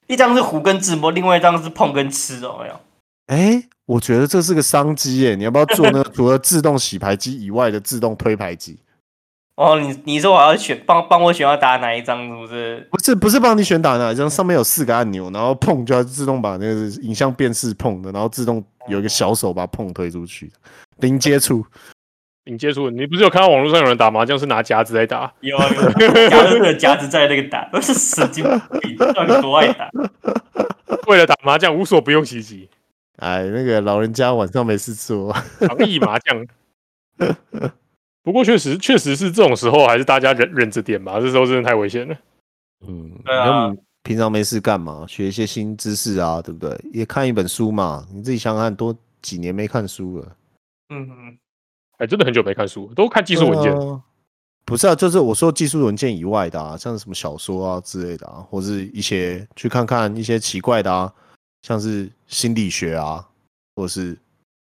S1: 一张是胡跟自摸，另外一张是碰跟吃，哦有没有？
S2: (laughs) 哎，我觉得这是个商机耶！你要不要做那个除了自动洗牌机以外的自动推牌机？
S1: 哦，你你说我要选，帮帮我选要打哪一张，是不是？
S2: 不是，不是帮你选打哪一张，上面有四个按钮，然后碰就要自动把那个影像辨识碰的，然后自动有一个小手把碰推出去，零接触。
S3: (laughs) 你接触，你不是有看到网络上有人打麻将是拿夹子在打？
S1: 有啊，有啊 (laughs) 夹着那个夹子在那个打，都是神经病，到底多爱打？
S3: 为了打麻将无所不用其极，
S2: 哎，那个老人家晚上没事做，
S3: 防疫麻将。不过确实确实是这种时候，还是大家忍忍着点吧，这时候真的太危险了。
S2: 嗯，
S1: 对啊
S2: 你平常没事干嘛？学一些新知识啊，对不对？也看一本书嘛。你自己想想看，多几年没看书了，
S1: 嗯，
S3: 哎，真的很久没看书，都看技术文件。
S2: 对啊不是啊，就是我说技术文件以外的啊，像是什么小说啊之类的啊，或是一些去看看一些奇怪的啊，像是心理学啊，或是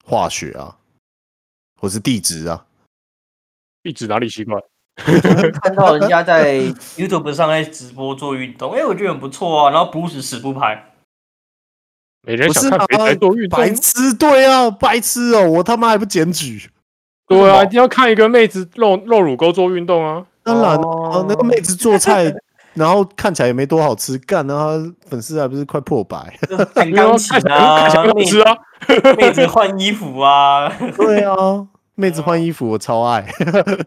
S2: 化学啊，或是地质啊。
S3: 地址哪里奇怪？
S1: 看到人家在 (laughs) YouTube 上在直播做运动，哎、我觉得很不错啊。然后 Bruce 死不 (laughs) 拍，
S3: 没人
S2: 不是
S3: 想看谁
S2: 啊
S3: 在做运动。
S2: 白痴，对啊，白痴哦，我他妈还不检举。
S3: 对啊，一定要看一个妹子露露乳沟做运动啊！
S2: 当然了、
S1: 哦
S2: 那个妹子做菜，然后看起来也没多好吃，干，然后她粉丝还不是快破百？ (laughs)
S1: 就是弹
S3: 然后
S1: 钢
S3: 看
S1: 琴
S3: 起来看起来，
S1: (laughs) 啊
S3: 好
S1: 妹
S3: 吃啊！
S1: 妹子换衣服啊， (laughs)
S2: 对啊，妹子换衣服我超爱，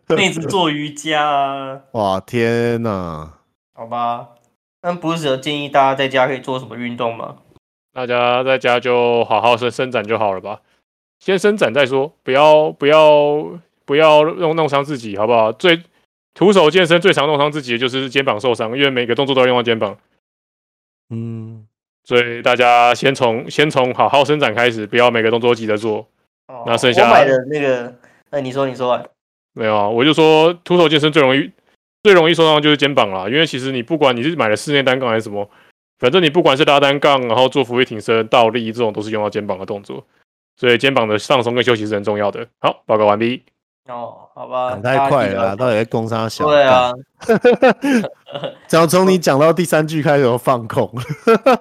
S2: (laughs)
S1: 妹子做瑜伽啊，
S2: 哇天哪！
S1: 好吧。那 Bruce 有建议大家在家可以做什么运动吗？
S3: 大家在家就好好伸伸展就好了吧，先伸展再说，不要不要不要弄弄伤自己，好不好？最徒手健身最常弄伤自己的就是肩膀受伤，因为每个动作都要用到肩膀，
S2: 嗯，
S3: 所以大家先从先从好好伸展开始，不要每个动作都急着做。
S1: 哦
S3: 那剩下
S1: 我买的那个，那、你说你说、啊，
S3: 没有啊，我就说徒手健身最容易最容易受伤就是肩膀啦，因为其实你不管你是买了室内单杠还是什么，反正你不管是拉单杠，然后做俯卧挺身、倒立这种都是用到肩膀的动作，所以肩膀的放松跟休息是很重要的。好，报告完毕。
S1: 哦，好吧，
S2: 讲太快了啊
S1: 大家
S2: 啦，到底在攻杀小？
S1: 对啊，
S2: 干，只要从你讲到第三句开始我放空， (laughs)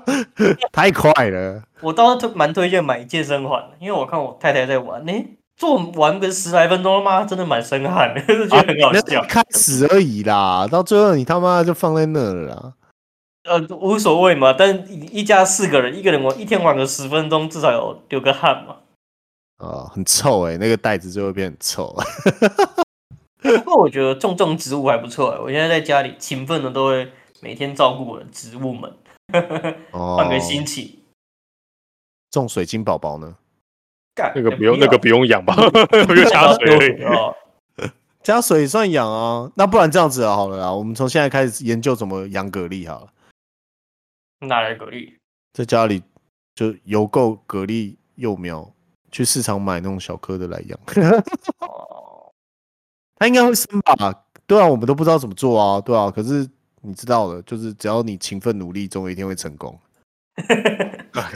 S2: 太快了。
S1: 我倒是推蛮推荐买健身环的，因为我看我太太在玩，诶，做玩个十来分钟，妈真的蛮生汗的， (laughs) 就觉得很好
S2: 啊
S3: 啊
S2: 那
S1: 笑
S2: 一。开始而已啦，到最后你他妈就放在那了啦。
S1: 呃，无所谓嘛，但一一家四个人，一个人玩一天玩个十分钟，至少有流个汗嘛。
S2: 啊，很臭哎、那个袋子就会变很臭。
S1: 不过我觉得种种植物还不错、我现在在家里勤奋的都会每天照顾我的植物们，
S2: 哦，
S1: 换个心情。
S2: 种水晶宝宝呢？
S1: 干
S3: 那个哎不用，啊那个不用 (laughs) 养吧，不用加水而 (laughs) 已。
S1: (laughs) 哦。
S2: 加水算养啊，那不然这样子啊好了啦，我们从现在开始研究怎么养蛤蜊好了，
S1: 哪来的蛤蜊？
S2: 在家里就邮购蛤蜊幼苗，去市场买那种小颗的来养，
S1: 哦，
S2: 它应该会生吧？对啊，我们都不知道怎么做啊，对啊，可是你知道的，就是只要你勤奋努力，总有一天会成功。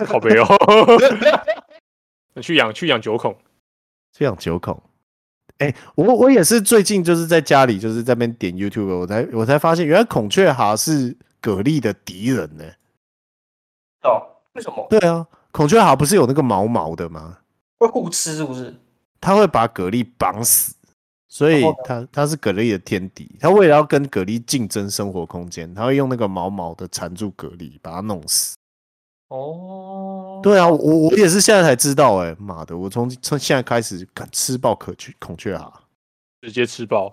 S3: 靠背哦， (laughs) 去养去养九孔，
S2: 这样九孔。哎、我我也是最近就是在家里就是在那边点 YouTube，我才我才发现原来孔雀蛤是蛤蜊的敌人呢、
S1: 哦，为什么？
S2: 对啊，孔雀蛤不是有那个毛毛的吗？
S1: 会互吃是不是？
S2: 它会把蛤蜊绑死，所以
S1: 然后
S2: 它它是蛤蜊的天敌。它为了要跟蛤蜊竞争生活空间，它会用那个毛毛的缠住蛤蜊，把它弄死。
S1: 哦，
S2: 对啊，我我也是现在才知道、哎妈的，我从从现在开始敢吃爆可雀孔雀蛤，
S3: 直接吃爆。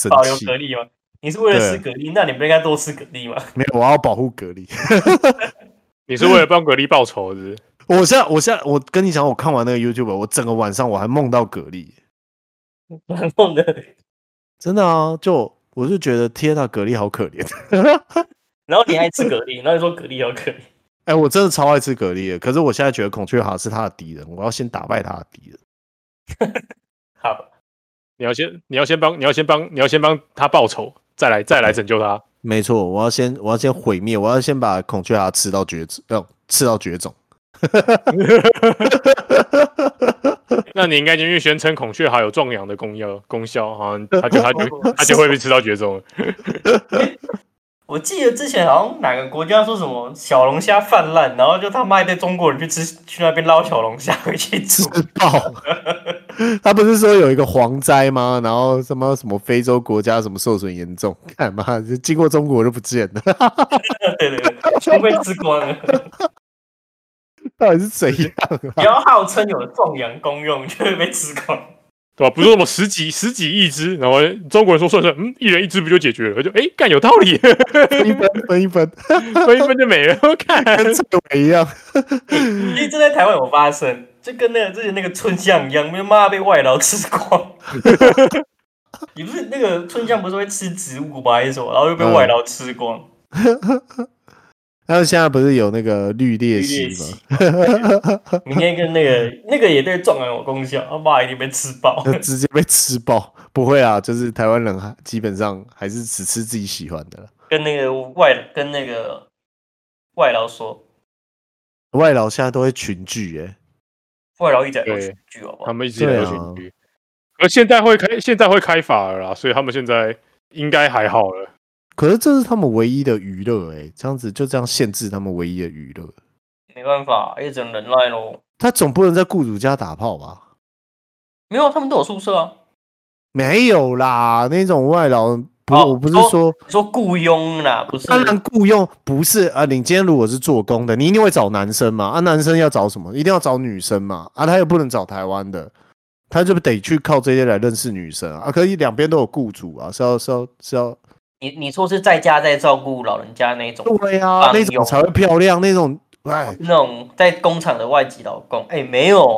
S2: 生
S1: 保留
S2: 气
S1: 蛤蜊吗？你是为了吃
S2: 对
S1: 蛤蜊，那你不应该多吃蛤蜊吗？
S2: 没有，我要保护蛤蜊。 (laughs)
S3: 你是为了帮蛤蜊报仇是不是？
S2: 我现在，我现在，我跟你讲，我看完那个 YouTube，我整个晚上我还梦到蛤蜊，
S1: 然后呢？
S2: 真的啊，就我就觉得天呐，蛤蜊好可怜。 (laughs)
S1: 然后你爱吃蛤蜊，然后你说蛤蜊好可怜，
S2: 哎、我真的超爱吃蛤蜊的，可是我现在觉得孔雀蛤是它的敌人，我要先打败它的敌人。
S1: 好吧，
S3: 你要先你要先帮你要先帮你要先帮他报仇，再来再来拯救他。
S2: 没错，我要先，我要先毁灭，我要先把孔雀蛤吃到绝子，呃，吃到绝种。
S3: 那你应该就去宣称孔雀还有壮阳的功效功效，好像他就他就他就会被吃到绝种了。
S1: 我记得之前好像哪个国家说什么小龙虾泛滥，然后就他妈一堆中国人去吃去那边捞小龙虾回去
S2: 吃
S1: 煮。
S2: 爆！ (laughs) 他不是说有一个蝗灾吗？然后什么什么非洲国家什么受损严重，干嘛就经过中国就不见了，
S1: (laughs) 对对
S2: (laughs)
S1: 对，全被吃光了。
S2: 到底是怎样啊
S1: 不？要号称有壮阳功用，就会被吃光。
S3: 对吧？不是什么十几十几亿只，然后中国人说算算，嗯，一人一只不就解决了？就哎，干有道理，
S2: 分一分，分一分。
S3: 分一分就没了。看，
S2: 跟蔡伟一样，
S1: 因为这在台湾有发生，就跟那个之前那个春香一样，被妈被外劳吃光。 (laughs) 你不是那个春香不是会吃植物吗？还是什么？然后又被外劳吃光。
S2: 他们现在不是有那个绿鬣
S1: 绿鬣
S2: 蜥吗？
S1: (laughs) 明天跟那个那个也对壮阳有功效，他妈一定被吃爆。
S2: 就直接被吃爆。不会啊，就是台湾人还基本上还是只吃自己喜欢的啦。
S1: 跟那个外跟那个外劳说，
S2: 外劳现在都会群聚、欸，
S1: 外劳一点有
S3: 对
S1: 群聚好不
S3: 他
S1: 好？
S3: 们一直以来都
S2: 对啊
S3: 选举，而现在会开现在会开法了啦，所以他们现在应该还好了。
S2: 可是这是他们唯一的娱乐，哎，这样子就这样限制他们唯一的娱乐。
S1: 没办法，也只能忍耐咯。
S2: 他总不能在雇主家打炮吧？
S1: 没有啊，他们都有宿舍啊。
S2: 没有啦，那种外劳不，
S1: 哦
S2: 我不是
S1: 哦
S2: 说，
S1: 你说雇佣啦，不是？
S2: 当然雇佣不是啊。你今天如果是做工的，你一定会找男生嘛？啊，男生要找什么？一定要找女生嘛？啊，他又不能找台湾的，他就得去靠这些来认识女生啊。啊可以两边都有雇主啊，是要是要是要，
S1: 你你说是在家在照顾老人家那种，
S2: 对啊，
S1: 放
S2: 那
S1: 用
S2: 种才会漂亮，那种哎，
S1: 那种在工厂的外籍劳工？哎，没有，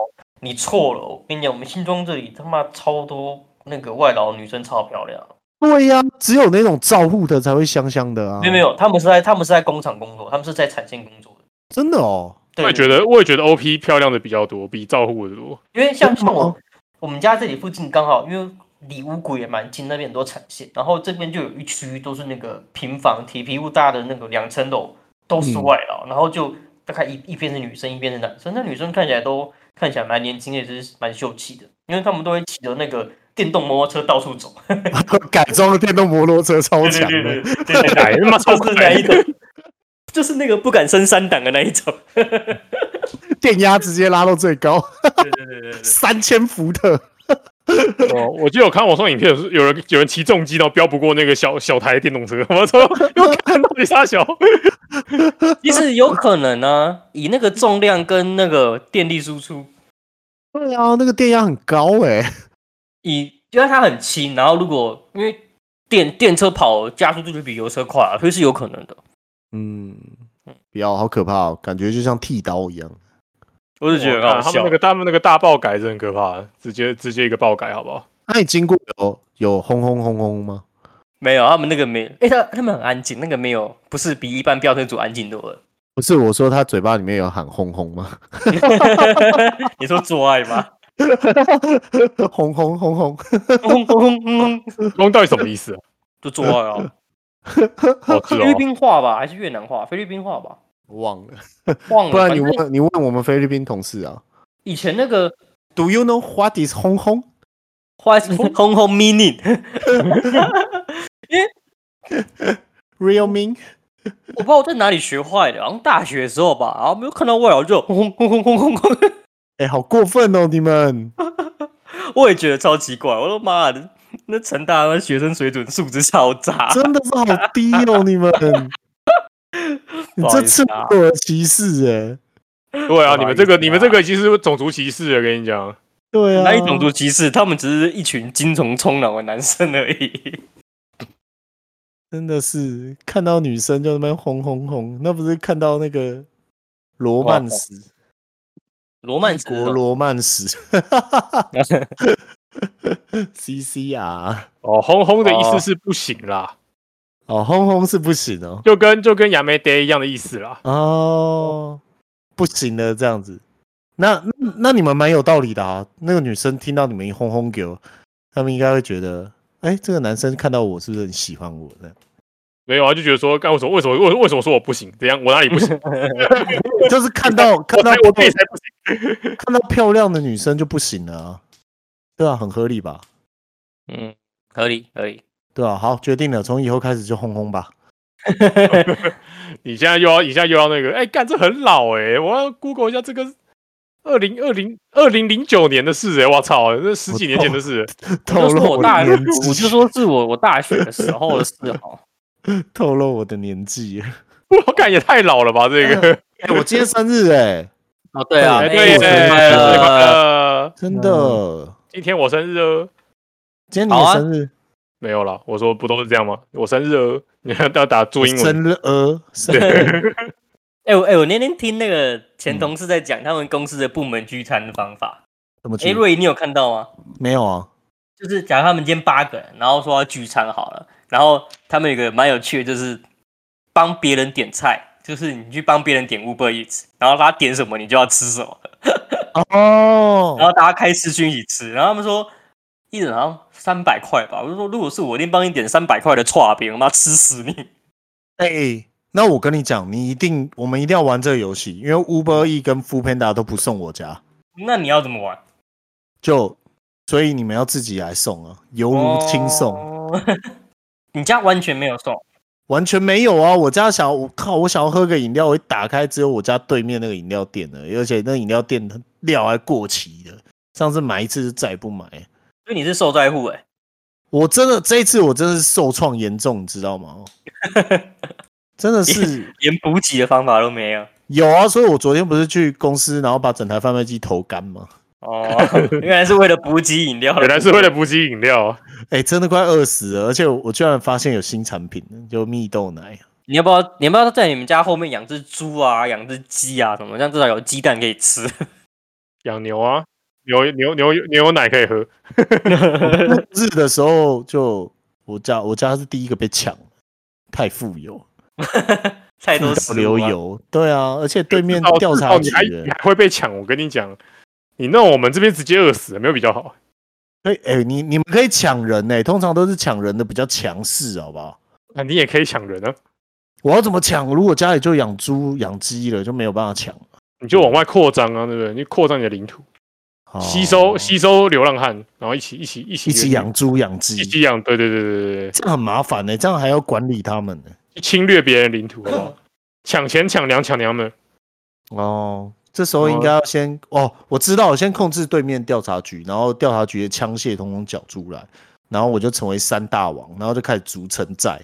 S1: 你错了。我跟你讲，我们新庄这里他妈超多那个外劳女生超漂亮。
S2: 对呀、只有那种照护的才会香香的啊。
S1: 没有没有，他们是在他们是在工厂工作，他们是在产线工作的。
S2: 真的哦，
S1: 对
S3: 我也觉得，我也觉得 OP 漂亮的比较多，比照护的多。
S1: 因为像
S2: 为什
S1: 像我
S2: 么
S1: 我们家这里附近刚好，因为离五谷也蛮近，那边很多产线，然后这边就有一区都是那个平房、铁皮屋大的那个两层楼都是
S2: 嗯
S1: 外劳，然后就大概一一边是女生，一边是男生。那女生看起来都看起来蛮年轻，也是蛮秀气的，因为他们都会骑着那个电动摩托车到处走。 (laughs)
S2: (laughs) 改装的电动摩托车超
S1: 对
S2: 强
S1: 对
S2: 的
S1: 对，对对对
S3: 哎，他 (laughs) 妈超
S1: 就是
S3: 快！
S1: 那一种，就是那个不敢升三档的那一种。
S2: 电压直接拉到最高，
S1: 对对对对对。
S2: (laughs) 三千伏特。
S3: 哦，我记得我看网上影片，有有人有人骑重机，然后飙不过那个小小台电动车，我操！ (laughs) 又看到底啥小？
S1: (laughs) 其实有可能啊，以那个重量跟那个电力输出，
S2: 对啊，那个电压很高哎、
S1: 以因为它很轻，然后如果因为电电车跑加速度就比油车快、啊，所以是有可能的。
S2: 嗯，不要，好可怕哦，感觉就像剃刀一样。
S1: 我是觉得很
S3: 哇
S1: 好
S3: 他们
S1: 笑
S3: 那。个他们那个大爆改真的很可怕，直接直接一个爆改好不好？
S2: 那你经过有有轰轰轰轰吗？
S1: 没有，他们那个没，哎、他他们很安静，那个没有，不是比一般飙车族安静多了。
S2: 不是，我说他嘴巴里面有喊轰轰吗？
S1: (laughs)
S2: (laughs)
S1: 你说做爱 (laughs) 吗？
S2: 轰轰轰轰，
S1: 轰轰轰轰轰，
S3: 光到底什么意思、啊？
S1: (laughs) 就做爱 (laughs) 哦。
S3: 哦，是
S1: 菲律
S3: 哦，
S1: 宾话吧，还是越南话？菲律宾话吧，
S2: 忘了，
S1: 忘了。
S2: 不然你
S1: 反正
S2: 问你问我们菲律宾同事啊
S1: 以前那个
S2: ，Do you know what is 轰轰？
S1: 话是轰轰 meaning，
S2: Real mean，
S1: 我不知道我在哪里学坏的，好像大学的时候吧，然后没有看到外劳就轰轰轰轰轰轰，
S2: 哎、好过分哦！你们
S1: 我也觉得超奇怪，我说妈的，那成大那学生水准素质超 (laughs) 渣，
S2: 真的是好低哦！你们，你
S1: 不好
S2: 这
S1: 意
S2: 赤
S1: 思啊
S2: 裸裸歧视哎、
S3: 对啊，你们这
S1: 不好
S3: 个
S1: 意思啊
S3: 你们这个已经是种族歧视了，跟你讲。
S2: 对啊，
S1: 哪里种族歧视？他们只是一群精虫充脑的男生而已。
S2: 真的是看到女生就那边轰轰轰，那不是看到那个罗曼史
S1: 罗曼史
S2: 国
S1: 哦
S2: 罗曼史 (laughs) ，C C R
S3: 哦，轰轰的意
S1: 哦
S3: 思是不行啦，
S2: 哦，轰轰是不行哦，
S3: 就跟就跟亚美爹一样的意思啦。
S2: 哦，不行的这样子。那那那你们蛮有道理的啊。那个女生听到你们一轰轰给我，他们应该会觉得，哎、这个男生看到我是不是很喜欢我？这样，
S3: 没有啊，就觉得说，干为什么为什么为为什么说我不行？怎样？我哪里不行？
S2: (laughs) 就是看到看
S3: 我
S2: 到
S3: 才我自己才不行。
S2: 看到漂亮的女生就不行了啊。对啊，很合理吧？
S1: 嗯，合理合理。
S2: 对啊，好，决定了，从以后开始就轰轰吧。
S3: 你现在又要你现在又要那个，哎、干这很老哎、我要 Google 一下这个二零二零二零零九年的事哎、我操，这十几年前的事。
S2: 透
S1: 我就
S2: 露
S1: 说我
S2: 的
S1: 大，
S2: 年纪，(laughs)
S1: 我就说是我我大学的时候的事哦。
S2: 透露我的年纪。
S3: (laughs) 我干也太老了吧，这个。
S2: 哎、我今天生日哎、
S1: 哦，对啊，
S2: 哎
S3: 哎，
S1: 哎
S3: 对
S1: 生日快
S3: 耶，生日快
S1: 乐！
S3: 乐！
S2: 真的，
S3: 今天我生日哦。
S2: 今天你
S1: 好
S2: 的
S1: 啊
S2: 生日，
S3: 没有啦，我说不都是这样吗？我生日哦，你还要打注英文。
S2: 生日呃，生日
S1: 哎我哎，我那天听那个前同事在讲他们公司的部门聚餐的方法。
S2: (laughs) 怎么
S1: 哎，
S2: 去？
S1: 瑞，你有看到吗？
S2: 没有啊。
S1: 就是假如他们今天八个人，然后说要聚餐好了，然后他们有个蛮有趣的，就是帮别人点菜，就是你去帮别人点 Uber Eats，然后他点什么你就要吃什么，
S2: 哦
S1: 然，后大家开视讯一起吃，然后他们说一人好像三百块吧，我就说如果是我，一定帮你点三百块的串饼，我妈吃死你！
S2: 哎、那我跟你讲，你一定，我们一定要玩这个游戏，因为 Uber E 跟 f o o Panda 都不送我家，
S1: 那你要怎么玩？
S2: 就所以你们要自己来送啊，犹如亲送，
S1: 哦 (laughs) 你家完全没有送，
S2: 完全没有啊！我家想要，我靠，我想要喝个饮料，我一打开只有我家对面那个饮料店的，而且那饮料店的料还过期的，上次买一次就再也不买了。
S1: 所以你是受灾户哎、
S2: 我真的这一次我真的是受创严重，你知道吗？真的
S1: (laughs)
S2: 是
S1: 连补给的方法都没有。
S2: 有啊，所以我昨天不是去公司，然后把整台贩卖机投干吗？ (laughs)
S1: 哦，原来是为了补给饮料，
S3: 原来是为了补给饮料啊，
S2: 哎、真的快饿死了！而且我居然发现有新产品了，就蜜豆奶。
S1: 你要不要？你要不要在你们家后面养只猪啊，养只鸡啊什么？这样至少有鸡蛋可以吃。 (laughs)
S3: 养牛啊，牛牛牛牛奶可以喝。
S2: 日的时候就我家我家是第一个被抢，太富有，
S1: 太多
S2: 富
S1: 食
S2: 到嗯
S1: 物
S2: 流
S1: 啊，
S2: 油。对啊，而且对面
S3: 知道
S2: 调
S3: 知
S2: 查
S3: 道你
S2: 局
S3: 还
S2: 的
S3: 你，还会被抢，我跟你讲，你弄我们这边直接饿死，没有比较好。
S2: 哎哎、你你们可以抢人呢、通常都是抢人的比较强势，好不好？
S3: 那你也可以抢人啊，
S2: 我要怎么抢？如果家里就养猪养鸡了，就没有办法抢。
S3: 你就往外扩张啊，对不对？你扩张你的领土，
S2: 哦
S3: 吸收吸收流浪汉，然后一起一起一起
S2: 一起养，猪养鸡
S3: 一，起养，对对对对对对
S2: 这样很麻烦呢、这样还要管理他们呢、
S3: 对，侵略别人领土，好不好？抢钱抢粮抢娘们，
S2: 哦，这时候应该要先哦，我知道，我先控制对面调查局，然后调查局的枪械统统缴出来，然后我就成为三大王，然后就开始逐城寨，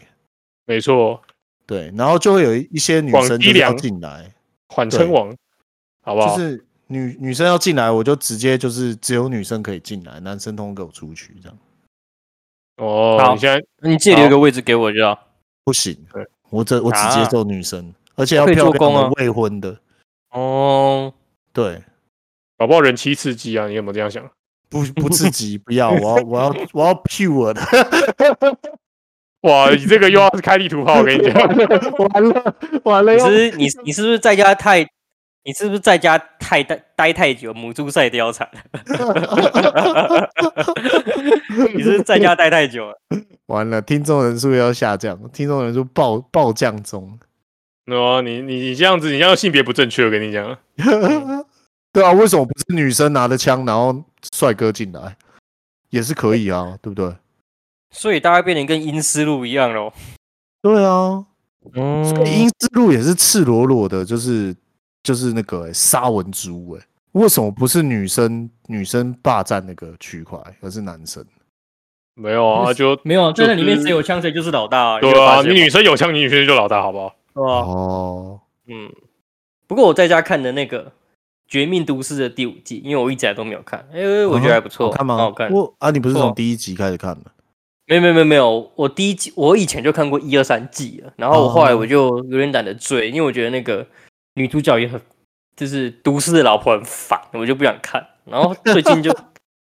S3: 没错，
S2: 对，然后就会有一些女
S3: 广
S2: 生
S3: 积
S2: 就是要
S3: 粮
S2: 进来，
S3: 缓称王，好不好？
S2: 就是女女生要进来，我就直接就是只有女生可以进来，男生通通给我出去这样。
S3: 哦，
S1: 好
S3: 你现在
S1: 你自己留一个位置给我就好。
S2: 不行
S3: 对，
S2: 我只我只
S1: 啊
S2: 接受女生，而且要
S1: 可以
S2: 漂
S1: 做
S2: 亮
S1: 工啊
S2: 的未婚的，
S1: 哦，
S2: 对，
S3: 搞不好人妻刺激啊？你有没有这样想？
S2: 不不刺激，不要，我要我 (laughs) 要我要 pure 的，
S3: 哇，你这个又要开地图炮，我跟你讲，
S2: 完了完了
S1: 你
S4: 啊
S2: 要
S1: 是你你是不是在家太？你是不是在家太待待太久，母猪赛貂蝉？ (laughs) 你是不是在家待太久了？
S2: 完了，听众人数要下降，听众人数暴暴降中。
S3: 哦，你你你这样子，你这样性别不正确，我跟你讲，
S2: (laughs) 对啊，为什么不是女生拿着枪，然后帅哥进来，也是可以啊，对不对？
S1: 所以大家变得跟阴思路一样喽。
S2: 对啊，
S1: 嗯
S2: 所以英之路也是赤裸裸的，就是就是那个欸沙文猪哎、为什么不是女生女生霸占那个区块，而是男生？
S3: 没有啊，就
S4: 没有啊，
S3: 就
S4: 在那里面
S3: 是
S4: 谁有枪谁就是老大、啊。
S3: 对
S4: 有没有
S3: 啊，
S4: 发现
S3: 你女生有枪，你女生就老大，好不好？
S1: 对吧？
S2: 哦，
S1: 嗯，不过我在家看的那个《绝命毒师》的第五季，因为我一直来都没有看，哎、我觉得还不错，
S2: 好看吗？
S1: 蛮好看。
S2: 我啊，你不是
S1: 不
S2: 从
S1: 错
S2: 第一集开始看的？
S1: 没有没有没有没有，我第一季我以前就看过一二三季了，然后我后来我就有点懒得追，因为我觉得那个女主角也很，就是毒师的老婆很烦，我就不想看。然后最近就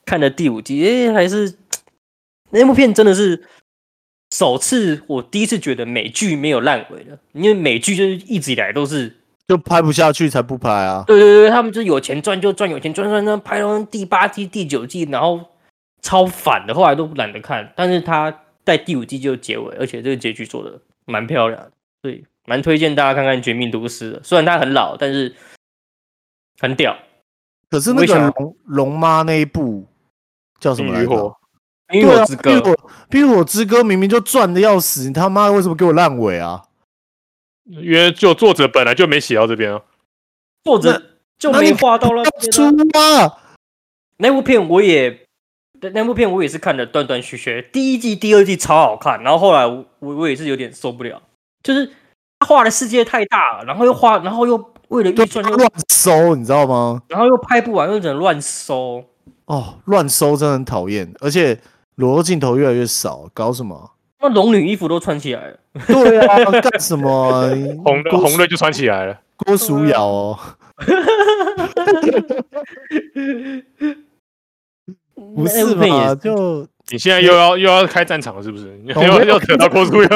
S1: 看了第五季，哎、还是那部片真的是首次，我第一次觉得美剧没有烂尾了，因为美剧就是一直以来都是
S2: 就拍不下去才不拍啊！
S1: 对对对，他们就是有钱赚就赚，有钱赚赚赚，拍到第八季、第九季，然后超反的，后来都懒得看。但是他在第五季就结尾，而且这个结局做的蛮漂亮的，所以蛮推荐大家看看《绝命毒师》的。虽然他很老，但是很屌。
S2: 可是
S1: 我
S2: 那
S1: 也想
S2: 个
S1: 要
S2: 龙龙妈那一部叫什么来
S3: 冰与
S2: 着
S3: 火？
S1: 因
S2: 对
S1: 为
S2: 啊
S1: 我之歌，
S2: 冰与火冰与火之歌明明就赚的要死，你他妈为什么给我烂尾啊？
S3: 因为就作者本来就没写到这边啊。
S1: 作者就
S2: 那
S1: 没
S2: 你
S1: 画到那
S2: 出
S1: 边、啊。
S2: 啊！
S1: 那部片我也，那那部片我也是看的断断续续，第一季、第二季超好看，然后后来我我我也是有点受不了，就是他画的世界太大了，然后又画，然后又为了
S2: 对
S1: 预，算又
S2: 乱收，你知道吗？
S1: 然后又拍不完，又只能乱收。
S2: 哦，乱收真的很讨厌，而且裸露镜头越来越少，搞什么？ (laughs)
S1: 那龙女衣服都穿起来了，
S2: 对啊，干什么啊、
S1: (laughs)
S2: 你
S3: 红的
S2: 郭
S3: 红的就穿起来了。
S2: 郭书瑶哦，不
S1: 那
S2: 是
S1: 部片也
S2: 嘛？
S1: 是 (laughs)
S2: 就
S3: 你现在又要又要开战场了，是不是？又
S2: 没有
S3: 要要扯到郭书 (laughs) 瑶，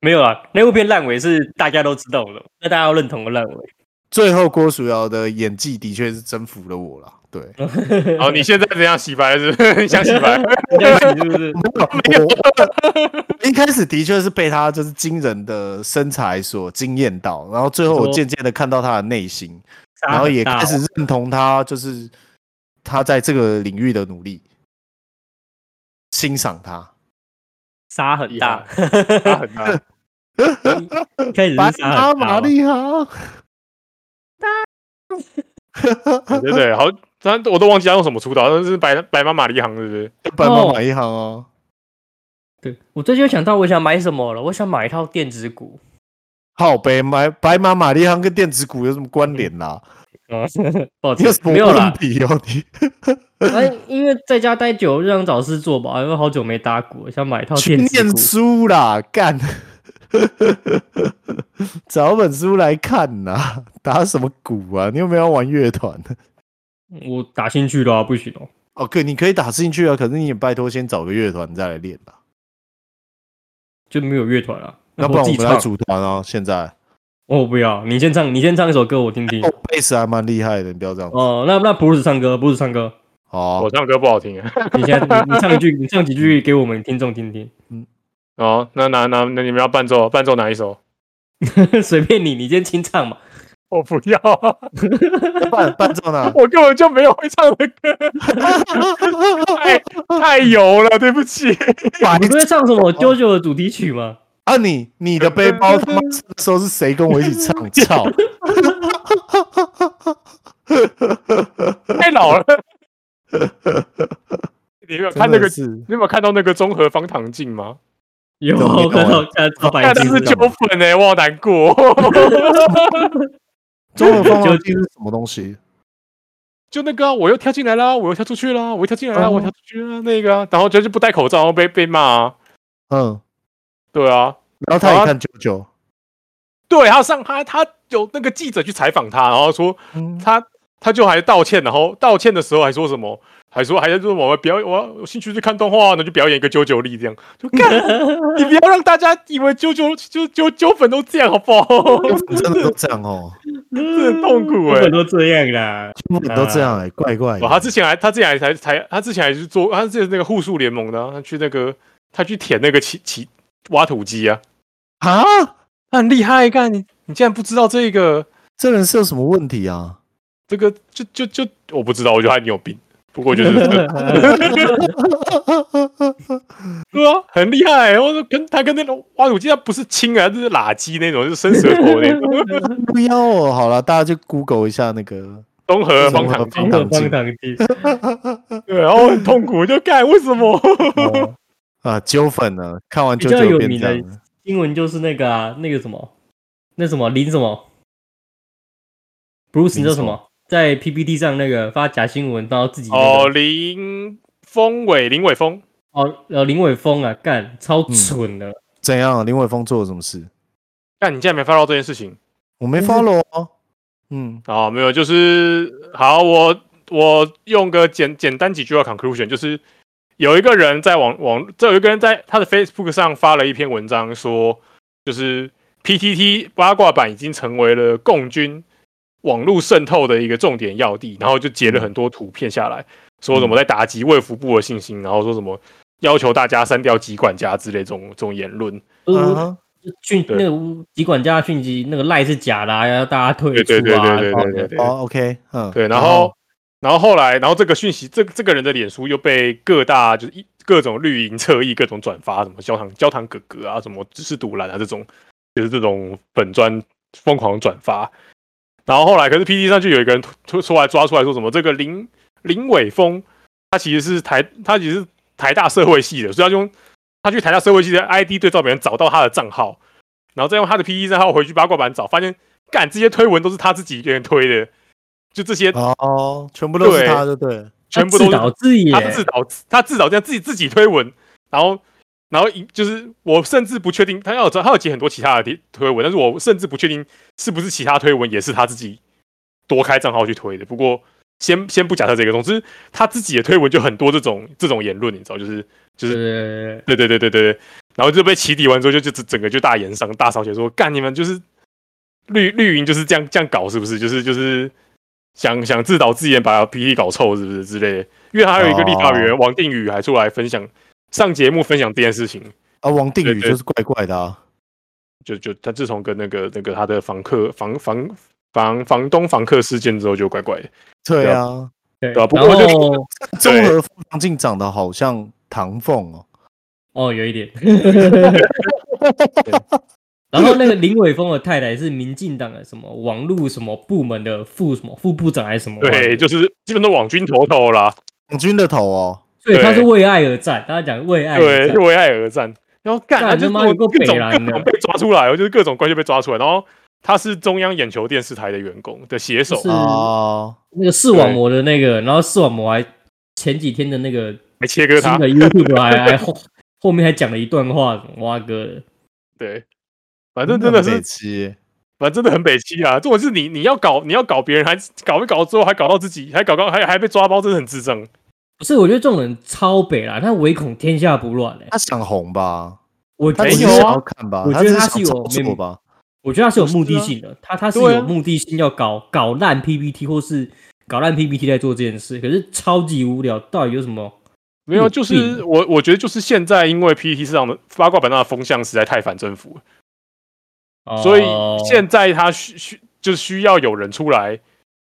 S1: 没有啦，那部片烂尾是大家都知道的，那大家要认同的
S2: (laughs)
S1: 烂尾。
S2: 最后郭书瑶的演技的确是征服了我啦。对，
S1: 嗯
S3: 然后你现在怎样洗白了是不是？你 (laughs) 想洗白？
S1: 这样子是不是？ (laughs)
S2: 没有，我一开始的确是被她就是惊人的身材所惊艳到，然后最后我
S4: 说
S2: 渐渐的看到她的内心，
S4: 杀很
S2: 然后也
S4: 大哦
S2: 开始认同她就是她在这个领域的努力，欣赏她。
S4: 杀很大，
S1: (laughs)
S3: 他啊很大，
S4: 一开始
S2: 白
S4: 是杀
S2: 马
S4: 很大
S2: 玛
S4: 嘛。
S2: 丽好，
S3: 对对对，好，他我都忘记他用什么出道，那是白白妈玛丽行，是不是？
S2: 白马玛丽行哦。
S4: 对，
S1: 我最近又想到我想买什么了，我想买一套电子鼓。
S2: 好呗，白白马玛丽行跟电子股有什么关联啦？
S4: (laughs) 抱
S2: 你
S4: 歉
S2: 有什，么
S4: 嗯没有
S2: 问
S4: 啦。
S2: 题哦？你
S4: (laughs) 哎，因为在家待久，就想找事做吧。因为好久没打鼓，想买一套
S2: 去
S4: 哦电子
S2: 念
S4: 鼓。
S2: 书啦，干！ (laughs) 找本书来看呐，打什么鼓啊？你有没有要玩乐团？
S4: 我打兴趣的啊，不行哦。
S2: 哦，可你可以打进去啊，可是你也拜托先找个乐团再来练啦，
S4: 就没有乐团啊。
S2: 要不然
S4: 自
S2: 我
S4: 己
S2: 们来
S4: 唱。
S2: 组团啊！现在
S4: 我不要，你先唱，你先唱一首歌我听听
S2: 哦。，贝斯还蛮厉害的，你不要这样。
S4: 哦，那那不是唱歌，不是唱歌。
S2: 好
S3: 我，唱歌不好听啊。
S4: 你现在你你唱一句，你唱几句给我们听众听 (laughs) 听，
S3: 哦，那哪哪那你们要伴奏，伴奏哪一首？
S4: 随便你，你先清唱嘛。
S3: 我不要啊，
S2: 伴伴
S4: (laughs)
S2: 奏呢？
S3: 我根本就没有会唱的歌， (laughs) 太 (laughs) 太油了，对不起。
S2: 白
S4: 你不会唱什么啾啾的主题曲吗？
S2: 啊你，你的背包他妈那时候是谁跟我一起
S4: (laughs)
S2: 唱？操！(laughs)
S3: 太老了。你有没有看那个？
S2: 真的是
S3: 你有没有看到那个综合方糖镜吗？
S4: 有
S2: 怎么没有
S4: 看到看到
S3: 看
S4: 白
S3: 他
S4: 痴
S3: 是
S2: 知
S3: 纠
S2: 道
S3: 纷哎，我好难过。 (laughs)
S2: 中文方法镜是什么东西？
S3: 就那个、啊，我又跳进来啦，我又跳出去啦，我又跳进来啦，
S4: 哦
S3: 我又跳出去啦，那个、啊，然后就是不戴口罩，然后被被骂啊，
S2: 嗯，
S3: 对啊，
S2: 然后他也看九九，
S3: 对，他上他他有那个记者去采访他，然后说
S2: 嗯
S3: 他他就还道歉，然后道歉的时候还说什么，还说还在说我要表演，我要我兴趣是看动画，那就表演一个九九力这样，就干，你不要让大家以为九九就九九粉都这样好不好？
S2: 真的都这样哦，
S4: 这
S3: 很痛
S2: 哎
S3: 苦欸
S4: 都这样啦。
S2: 根本都这
S4: 啊
S2: 样哎，怪怪
S3: 哇，他
S2: 的。
S3: 之前还他之前还才才他之前还是做他之前是那个护树联盟的啊、他去那个他去舔那个起起挖土机啊，
S2: 啊，
S3: 他很厉害，干你你竟然不知道这个
S2: 这人是有什么问题啊？
S3: 这个就就就我不知道，我觉得他很有病。不过我觉得 (laughs) 对啊，很厉害、我说跟他跟那种挖土机，他不是亲啊，就是垃圾那种，就是伸舌头那种。
S4: (laughs)
S2: 不要哦，好了，大家就 Google 一下那个，
S3: 综合方糖
S2: 综
S4: 方
S3: 机，
S2: 合
S4: 糖方糖机，
S3: 对，然后很痛苦，我就干为什么？
S2: 哦啊，纠粉呢，看完
S4: 比
S2: 九
S4: 较
S2: 九
S4: 有
S2: 变
S4: 名
S2: 这
S4: 的
S2: 样了，
S4: 英文就是那个啊，那个什么，那什么林什么，Bruce 你叫什
S2: 林什
S4: 么？在 PPT 上那个发假新闻，然后自己那
S3: 哦，
S4: 个
S3: 林峰伟，林伟峰，
S4: 哦呃林伟峰啊，干超蠢的，
S2: 怎样？林伟峰做了什么事？
S3: 干你竟然没发到这件事情。
S2: 我没
S4: 就是
S2: follow 哦。嗯，
S3: 啊，没有，就是好，我我用个简简单几句话 conclusion，就是有一个人在网网，这有一个人在他的 Facebook 上发了一篇文章说，就是 PTT 八卦版已经成为了共军网络渗透的一个重点要地，然后就截了很多图片下来，说什么在打击卫福部的信心，然后说什么要求大家删掉几管家之类这种这种言论，
S2: 嗯
S4: 呃
S2: 哼
S4: 讯
S3: 啊对
S4: 那个乌集管家讯息那个赖是假的啊，要大家退
S3: 对
S4: 出
S3: 对对
S4: 啊，
S3: 对对
S4: 然后
S3: 对对对。
S2: 哦，OK，嗯，
S3: 对，然后然后后来，然后这个讯息，这这个人的脸书又被各大就是一各种绿营侧翼各种转发，什么焦糖焦糖哥哥啊，什么只是独蓝啊这种，就是这种粉砖疯狂转发。然后后来，可是 P D 上就有一个人突突出来抓出来说什么，这个林林伟峰，他其实是台他其实是台大社会系的，所以他就用他去台大社会系的 ID 对照别人找到他的账号，然后再用他的 P D 账号回去八卦版找，发现干这些推文都是他自己一个人推的，就这些
S2: 哦，全部都是
S3: 对
S2: 他，就对了。
S3: 全部都
S4: 他自导
S3: 是
S4: 自
S3: 他自
S4: 演，
S3: 导自他自导这样自己自己推文，然后然后一就是我甚至不确定他要他要截很多其他的推推文，但是我甚至不确定是不是其他推文也是他自己多开账号去推的。不过先先不假设这个，总之他自己的推文就很多这种这种言论，你知道，就是就是
S4: 是
S3: 对对对对对对，然后就被起底完之后就，就整整个就大言上大扫雪说，干你们就是绿绿营就是这样这样搞，是不是？就是就是想想自导自演把 PT 搞臭，是不是之类的？因为还有一个立法委员王定宇还出来分享上节目分享这件事情，
S2: 啊，王定宇
S3: 对对
S2: 就是怪怪的啊。
S3: 就就他自从跟那个那个他的房客房房房房东房客事件之后，就怪怪的，
S2: 对啊，
S4: 对
S3: 对啊不过
S4: 然
S3: 就
S4: 后
S2: 综
S3: 对啊
S2: 合副长进长得好像唐凤哦。
S4: 哦有一
S2: (laughs)
S4: 点，然后那个林伟峰的太太是民进党的什么网络什么部门的副什么副部长还是什么？
S3: 对，就是基本都网军头头啦，
S2: 网军的头哦，
S4: 所以他是
S3: 对
S4: 为爱而战，他讲为爱而
S3: 对，
S4: 战。
S3: 为爱而战。然后干，
S4: 干
S3: 他就
S4: 他妈
S3: 是
S4: 有够
S3: 各种
S4: 北蓝
S3: 各
S4: 的
S3: 种被抓出来哦，就是各种关系被抓出来。然后他是中央眼球电视台的员工的写手
S4: 就，是
S2: 哦，
S4: 那个视网膜的那个，然后视网膜还前几天的那个
S3: 还切割
S4: 新
S3: 他。
S4: 的 YouTube 还还后后面还讲了一段话，什么蛙哥的，
S3: 对，反正真的
S2: 很北
S3: 是，
S2: 七
S3: 反正真的很北欺啊！这种是你你要搞你要搞别人，还搞一搞之后还搞到自己，还搞到还还被抓包，真的很智障。
S4: 不是？我觉得这种人超北啦，他唯恐天下不乱嘞、欸
S2: 他想红吧？
S4: 我
S2: 他
S4: 觉
S3: 没
S2: 只是想
S3: 有啊
S4: 得，
S2: 要看吧？
S4: 我觉
S2: 只
S4: 得
S2: 是
S4: 他
S2: 想
S4: 是有
S2: 操作
S4: 没有
S2: 吧？
S4: 我觉得他是有目的性的，他他是
S3: 对啊
S4: 有目的性要搞搞烂 PPT 或是搞烂 PPT 在做这件事，可是超级无聊，到底有什么？
S3: 没有，
S4: 有
S3: 就是
S4: 病
S3: 我我觉得就是现在因为 PPT 市场的八卦版上的风向实在太反政府了，所以
S4: 哦
S3: 现在他需需就是需要有人出来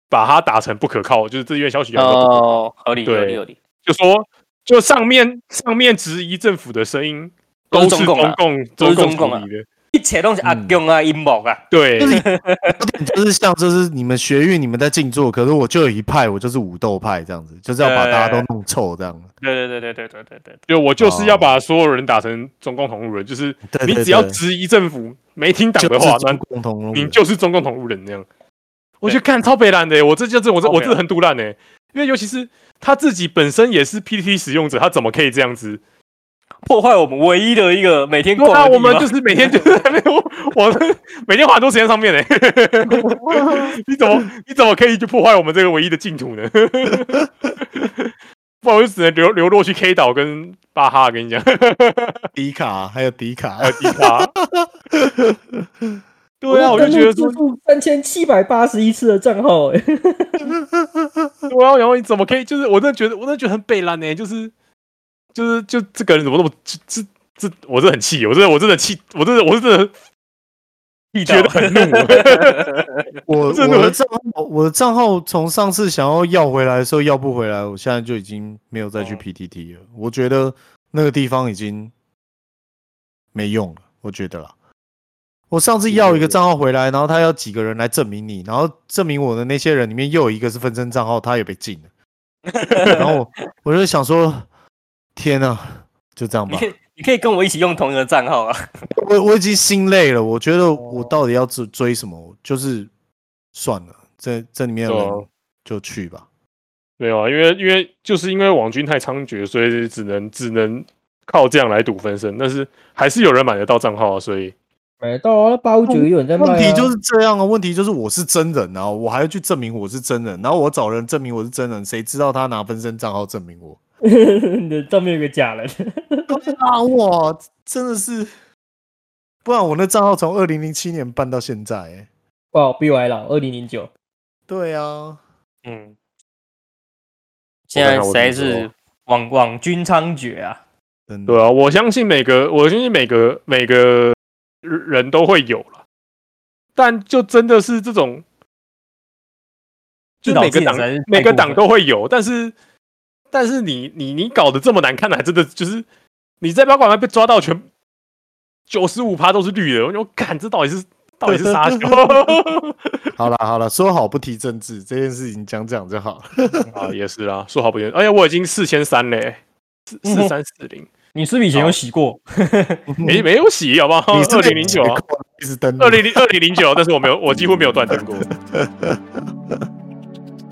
S3: 把它打成不可靠，就是自愿消息要不可靠。
S1: 哦，合理，
S3: 对
S1: 合理，合理。
S3: 就说就上面上面质疑政府的声音
S1: 都是
S3: 是
S1: 中共啊
S3: 共
S1: 都
S3: 中共
S1: 是中共啊
S3: 处理的，
S1: 一切都是
S3: 嗯
S1: 阿公啊、阴谋啊，
S3: 对
S2: 就是有点就是像就是你们学运你们在静坐，可是我就有一派，我就是武斗派这样子，就是要把大家都弄臭这样。
S1: 对对对对对对对对，
S3: 就我就是
S1: 哦
S3: 要把所有人打成中共同路人，就是
S2: 对
S3: 你
S2: 对
S3: 只要
S2: 对
S3: 质疑政府没听党
S2: 就
S3: 的
S2: 是
S3: 话，
S2: 中
S3: 那
S2: 共同路
S3: 你
S2: 人，
S3: 就是中共同路人那样。我觉得看超北烂的、我这就是我这
S1: 超北
S3: 我
S1: 蓝
S3: 这很毒烂的、欸因为尤其是他自己本身也是 PPT 使用者，他怎么可以这样子？
S1: 破坏我们唯一的一个每天逛
S3: 那
S1: 的地
S3: 啊我
S1: 方。
S3: 们就是每天就是在那边我每天花很多时间上面呢、你怎么你怎么可以就破坏我们这个唯一的净土呢？ (laughs) 不然我就只能流流落去 K 岛跟巴哈，跟你讲，
S2: 迪卡还有迪卡
S3: (laughs) 还，有迪卡。对啊，我就觉得说，
S4: 三千七百八十一次的账号、欸，
S3: 对啊，然后你怎么可以？就是我真的觉得，我真的觉得很北烂呢、就是就是就这个人怎么那么这这这，我真的很气，我真的我真的气，我真的我是真的
S1: 地
S3: 觉
S1: 道
S3: 得很怒。
S2: 我我
S3: 真的
S2: 的账号，我的账号从上次想要要回来的时候要不回来，我现在就已经没有再去
S1: 哦
S2: PTT 了。我觉得那个地方已经没用了，我觉得啦。我上次要一个账号回来，然后他要几个人来证明你，然后证明我的那些人里面又有一个是分身账号，他也被禁了。然后我我就想说，天啊，就这样
S1: (laughs) 你
S2: 吧
S1: 可。以你可以跟我一起用同一个账号啊。
S2: 我我已经心累了，我觉得
S3: 哦
S2: 我到底要追追什么，就是算了，这这里面的
S3: 对啊
S2: 人就去吧。
S3: 没有啊，因为因为就是因为网军太猖獗，所以只能只能靠这样来赌分身。但是还是有人买得到账号啊，所以
S4: 买到啊，八五九也有人在卖、啊。
S2: 问题就是这样啊，问题就是我是真人啊，我还要去证明我是真人，然后我找人证明我是真人，谁知道他拿分身账号证明我？
S4: 你的上面有个假 (laughs) 人，
S2: 啊，哇，真的是，不然我那账号从二零零七年办到现在、欸，
S4: 哇，比我还老，二零零九。
S2: 对啊，
S3: 嗯，
S1: 现在实
S3: 我看
S1: 在
S3: 我怎么
S1: 是
S3: 说
S1: 网网军猖獗啊！
S2: 真的
S3: 对啊，我相信每个我相信每个每个人都会有了，但就真的是这种，就
S1: 自导
S3: 每个
S1: 自演
S3: 党
S1: 实在是太
S3: 每个
S1: 过
S3: 党
S1: 分
S3: 都会有，但是但是你你你搞得这么难看的，还真的就是你在八卦湾被抓到全九十五趴都是绿的，我就看这到底是到底是啥球？ (laughs)
S2: 好了好了，说好不提政治这件事情，讲讲就好了。
S3: 啊，也是啦，说好不言。哎呀，我已经四千三嘞，四四三四零，
S1: 你是不是以前有洗过？
S3: 没没有洗，好不好？
S2: 你是
S3: 哦二零零九，啊
S2: 一直登录
S3: 二零零二零零九，但是我没有，我几乎没有断更过。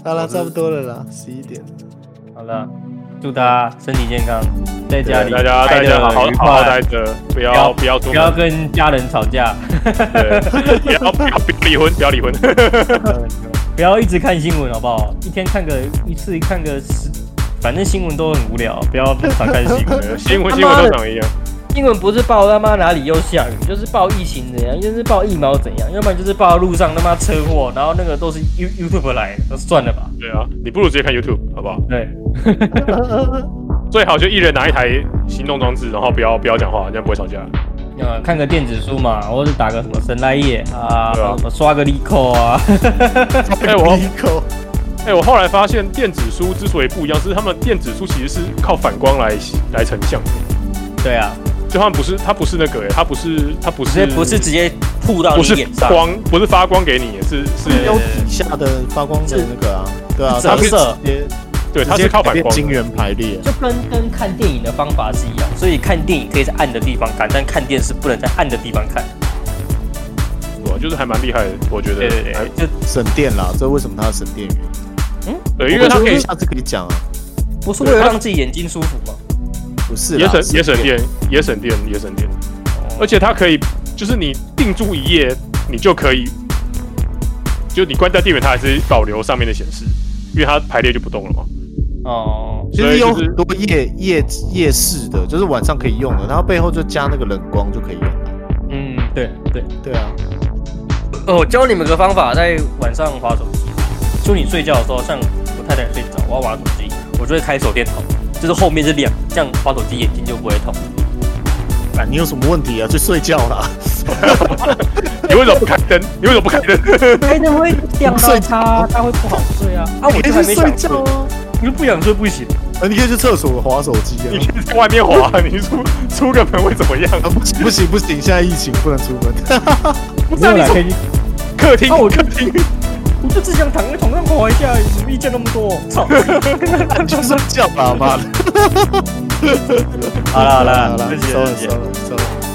S2: 好了，差不多了啦，十一点了。
S1: 好了，祝大家身体健康，在家
S3: 嗯
S1: 里
S3: 大家
S1: 待
S3: 大
S1: 得
S3: 家好好
S1: 愉
S3: 好好
S1: 快
S3: 待着，不要不要出
S1: 不
S3: 门
S1: 要，跟家人吵
S3: (laughs)
S1: 架，
S3: 对不要不要不要离婚，不要离婚。
S1: 不要一直看新闻，好不好？一天看个一次，看个十，反正新闻都很无聊，不要常看新
S3: (laughs)
S1: 闻。
S3: 新闻新闻都长一样，
S1: 新闻不是报他妈哪里又下雨，就是报疫情怎样，就是报疫苗怎样，要不然就是报路上他妈车祸，然后那个都是 You YouTube 来的，那算了吧。
S3: 对啊，你不如直接看 YouTube 好不好？
S1: 对，
S3: 最好就一人拿一台行动装置，然后不要不要讲话，这样不会吵架。
S1: 呃，看个电子书嘛，或者打个什么神来也啊，
S3: 对啊
S1: 什么刷个力扣啊， (laughs)
S3: 哎我
S2: 一口
S3: 哎、我后来发现电子书之所以不一样，是他们电子书其实是靠反光来来成像的，
S1: 对啊，
S3: 就他们不是它不是那个、欸，它不是它不
S1: 直接
S3: 是
S1: 不是直接吐到
S3: 不
S1: 你
S3: 是
S1: 脸上，
S3: 光不是发光给你，是是
S2: 标底下的发光的那个啊，对啊，
S1: 折
S2: 它是
S1: 射
S2: 直接
S3: 对，它
S2: 直
S3: 是
S2: 接
S3: 靠
S2: 改
S3: 反
S2: 变
S3: 光
S2: 晶
S3: 的。
S2: 圆排列。
S1: 就跟跟看电影的方法是一样，所以看电影可以在暗的地方看，但看电视不能在暗的地方看。
S3: 对啊，就是还蛮厉害的，我觉得。
S1: 对对哎对
S3: 还，
S1: 就
S2: 省电啦，这为什么它省电源？
S3: 对，因为它可以
S2: 下次可以讲啊，
S1: 不是为了让自己眼睛舒服吗？
S2: 不是
S3: 也
S2: 啦
S3: 省也省
S2: 电，
S3: 电，也省电，也省电，而且它可以就是你定住一页，你就可以，就你关掉电源，它还是保留上面的显示，因为它排列就不动了嘛。
S1: 哦，
S2: 其实
S3: 所以
S2: 有
S3: 就是
S2: 很多夜夜夜视的，就是晚上可以用的，然后背后就加那个冷光就可以用了。
S1: 嗯，对对。
S2: 对啊，
S1: 呃我教你们个方法，在晚上划手机，就你睡觉的时候，像我太太睡着，我要玩手机，我就会开手电筒，就是后面是亮，这样划手机眼睛就不会痛。
S2: 啊，你有什么问题啊？去睡觉啦，
S3: 你为什么不开灯？你为什么不开灯？ (laughs)
S1: 哎，那会亮
S2: 睡
S1: 它，它会不好睡啊。啊，我
S2: 你
S1: 就
S2: 可
S1: 还
S2: 以去睡
S1: 没想
S2: 觉
S1: 睡，
S2: 啊，
S1: 我就不想睡不行。
S2: 啊你可以去厕所划手机啊
S3: 你。可以在外面滑，你出出个门会怎么样？
S2: 啊，不行不行不行，现在疫情不能出门。
S1: 不
S4: 没有啦，可以去
S3: 客厅，
S1: 啊我
S3: 客厅，
S1: 我就只想躺在床上滑一下，有什么意见那么多？操！
S2: 去睡啊 (laughs) 觉吧，妈的。
S1: 好了好了，
S2: 好了，
S1: 谢谢
S2: 收了
S1: 谢谢
S2: 收了收了。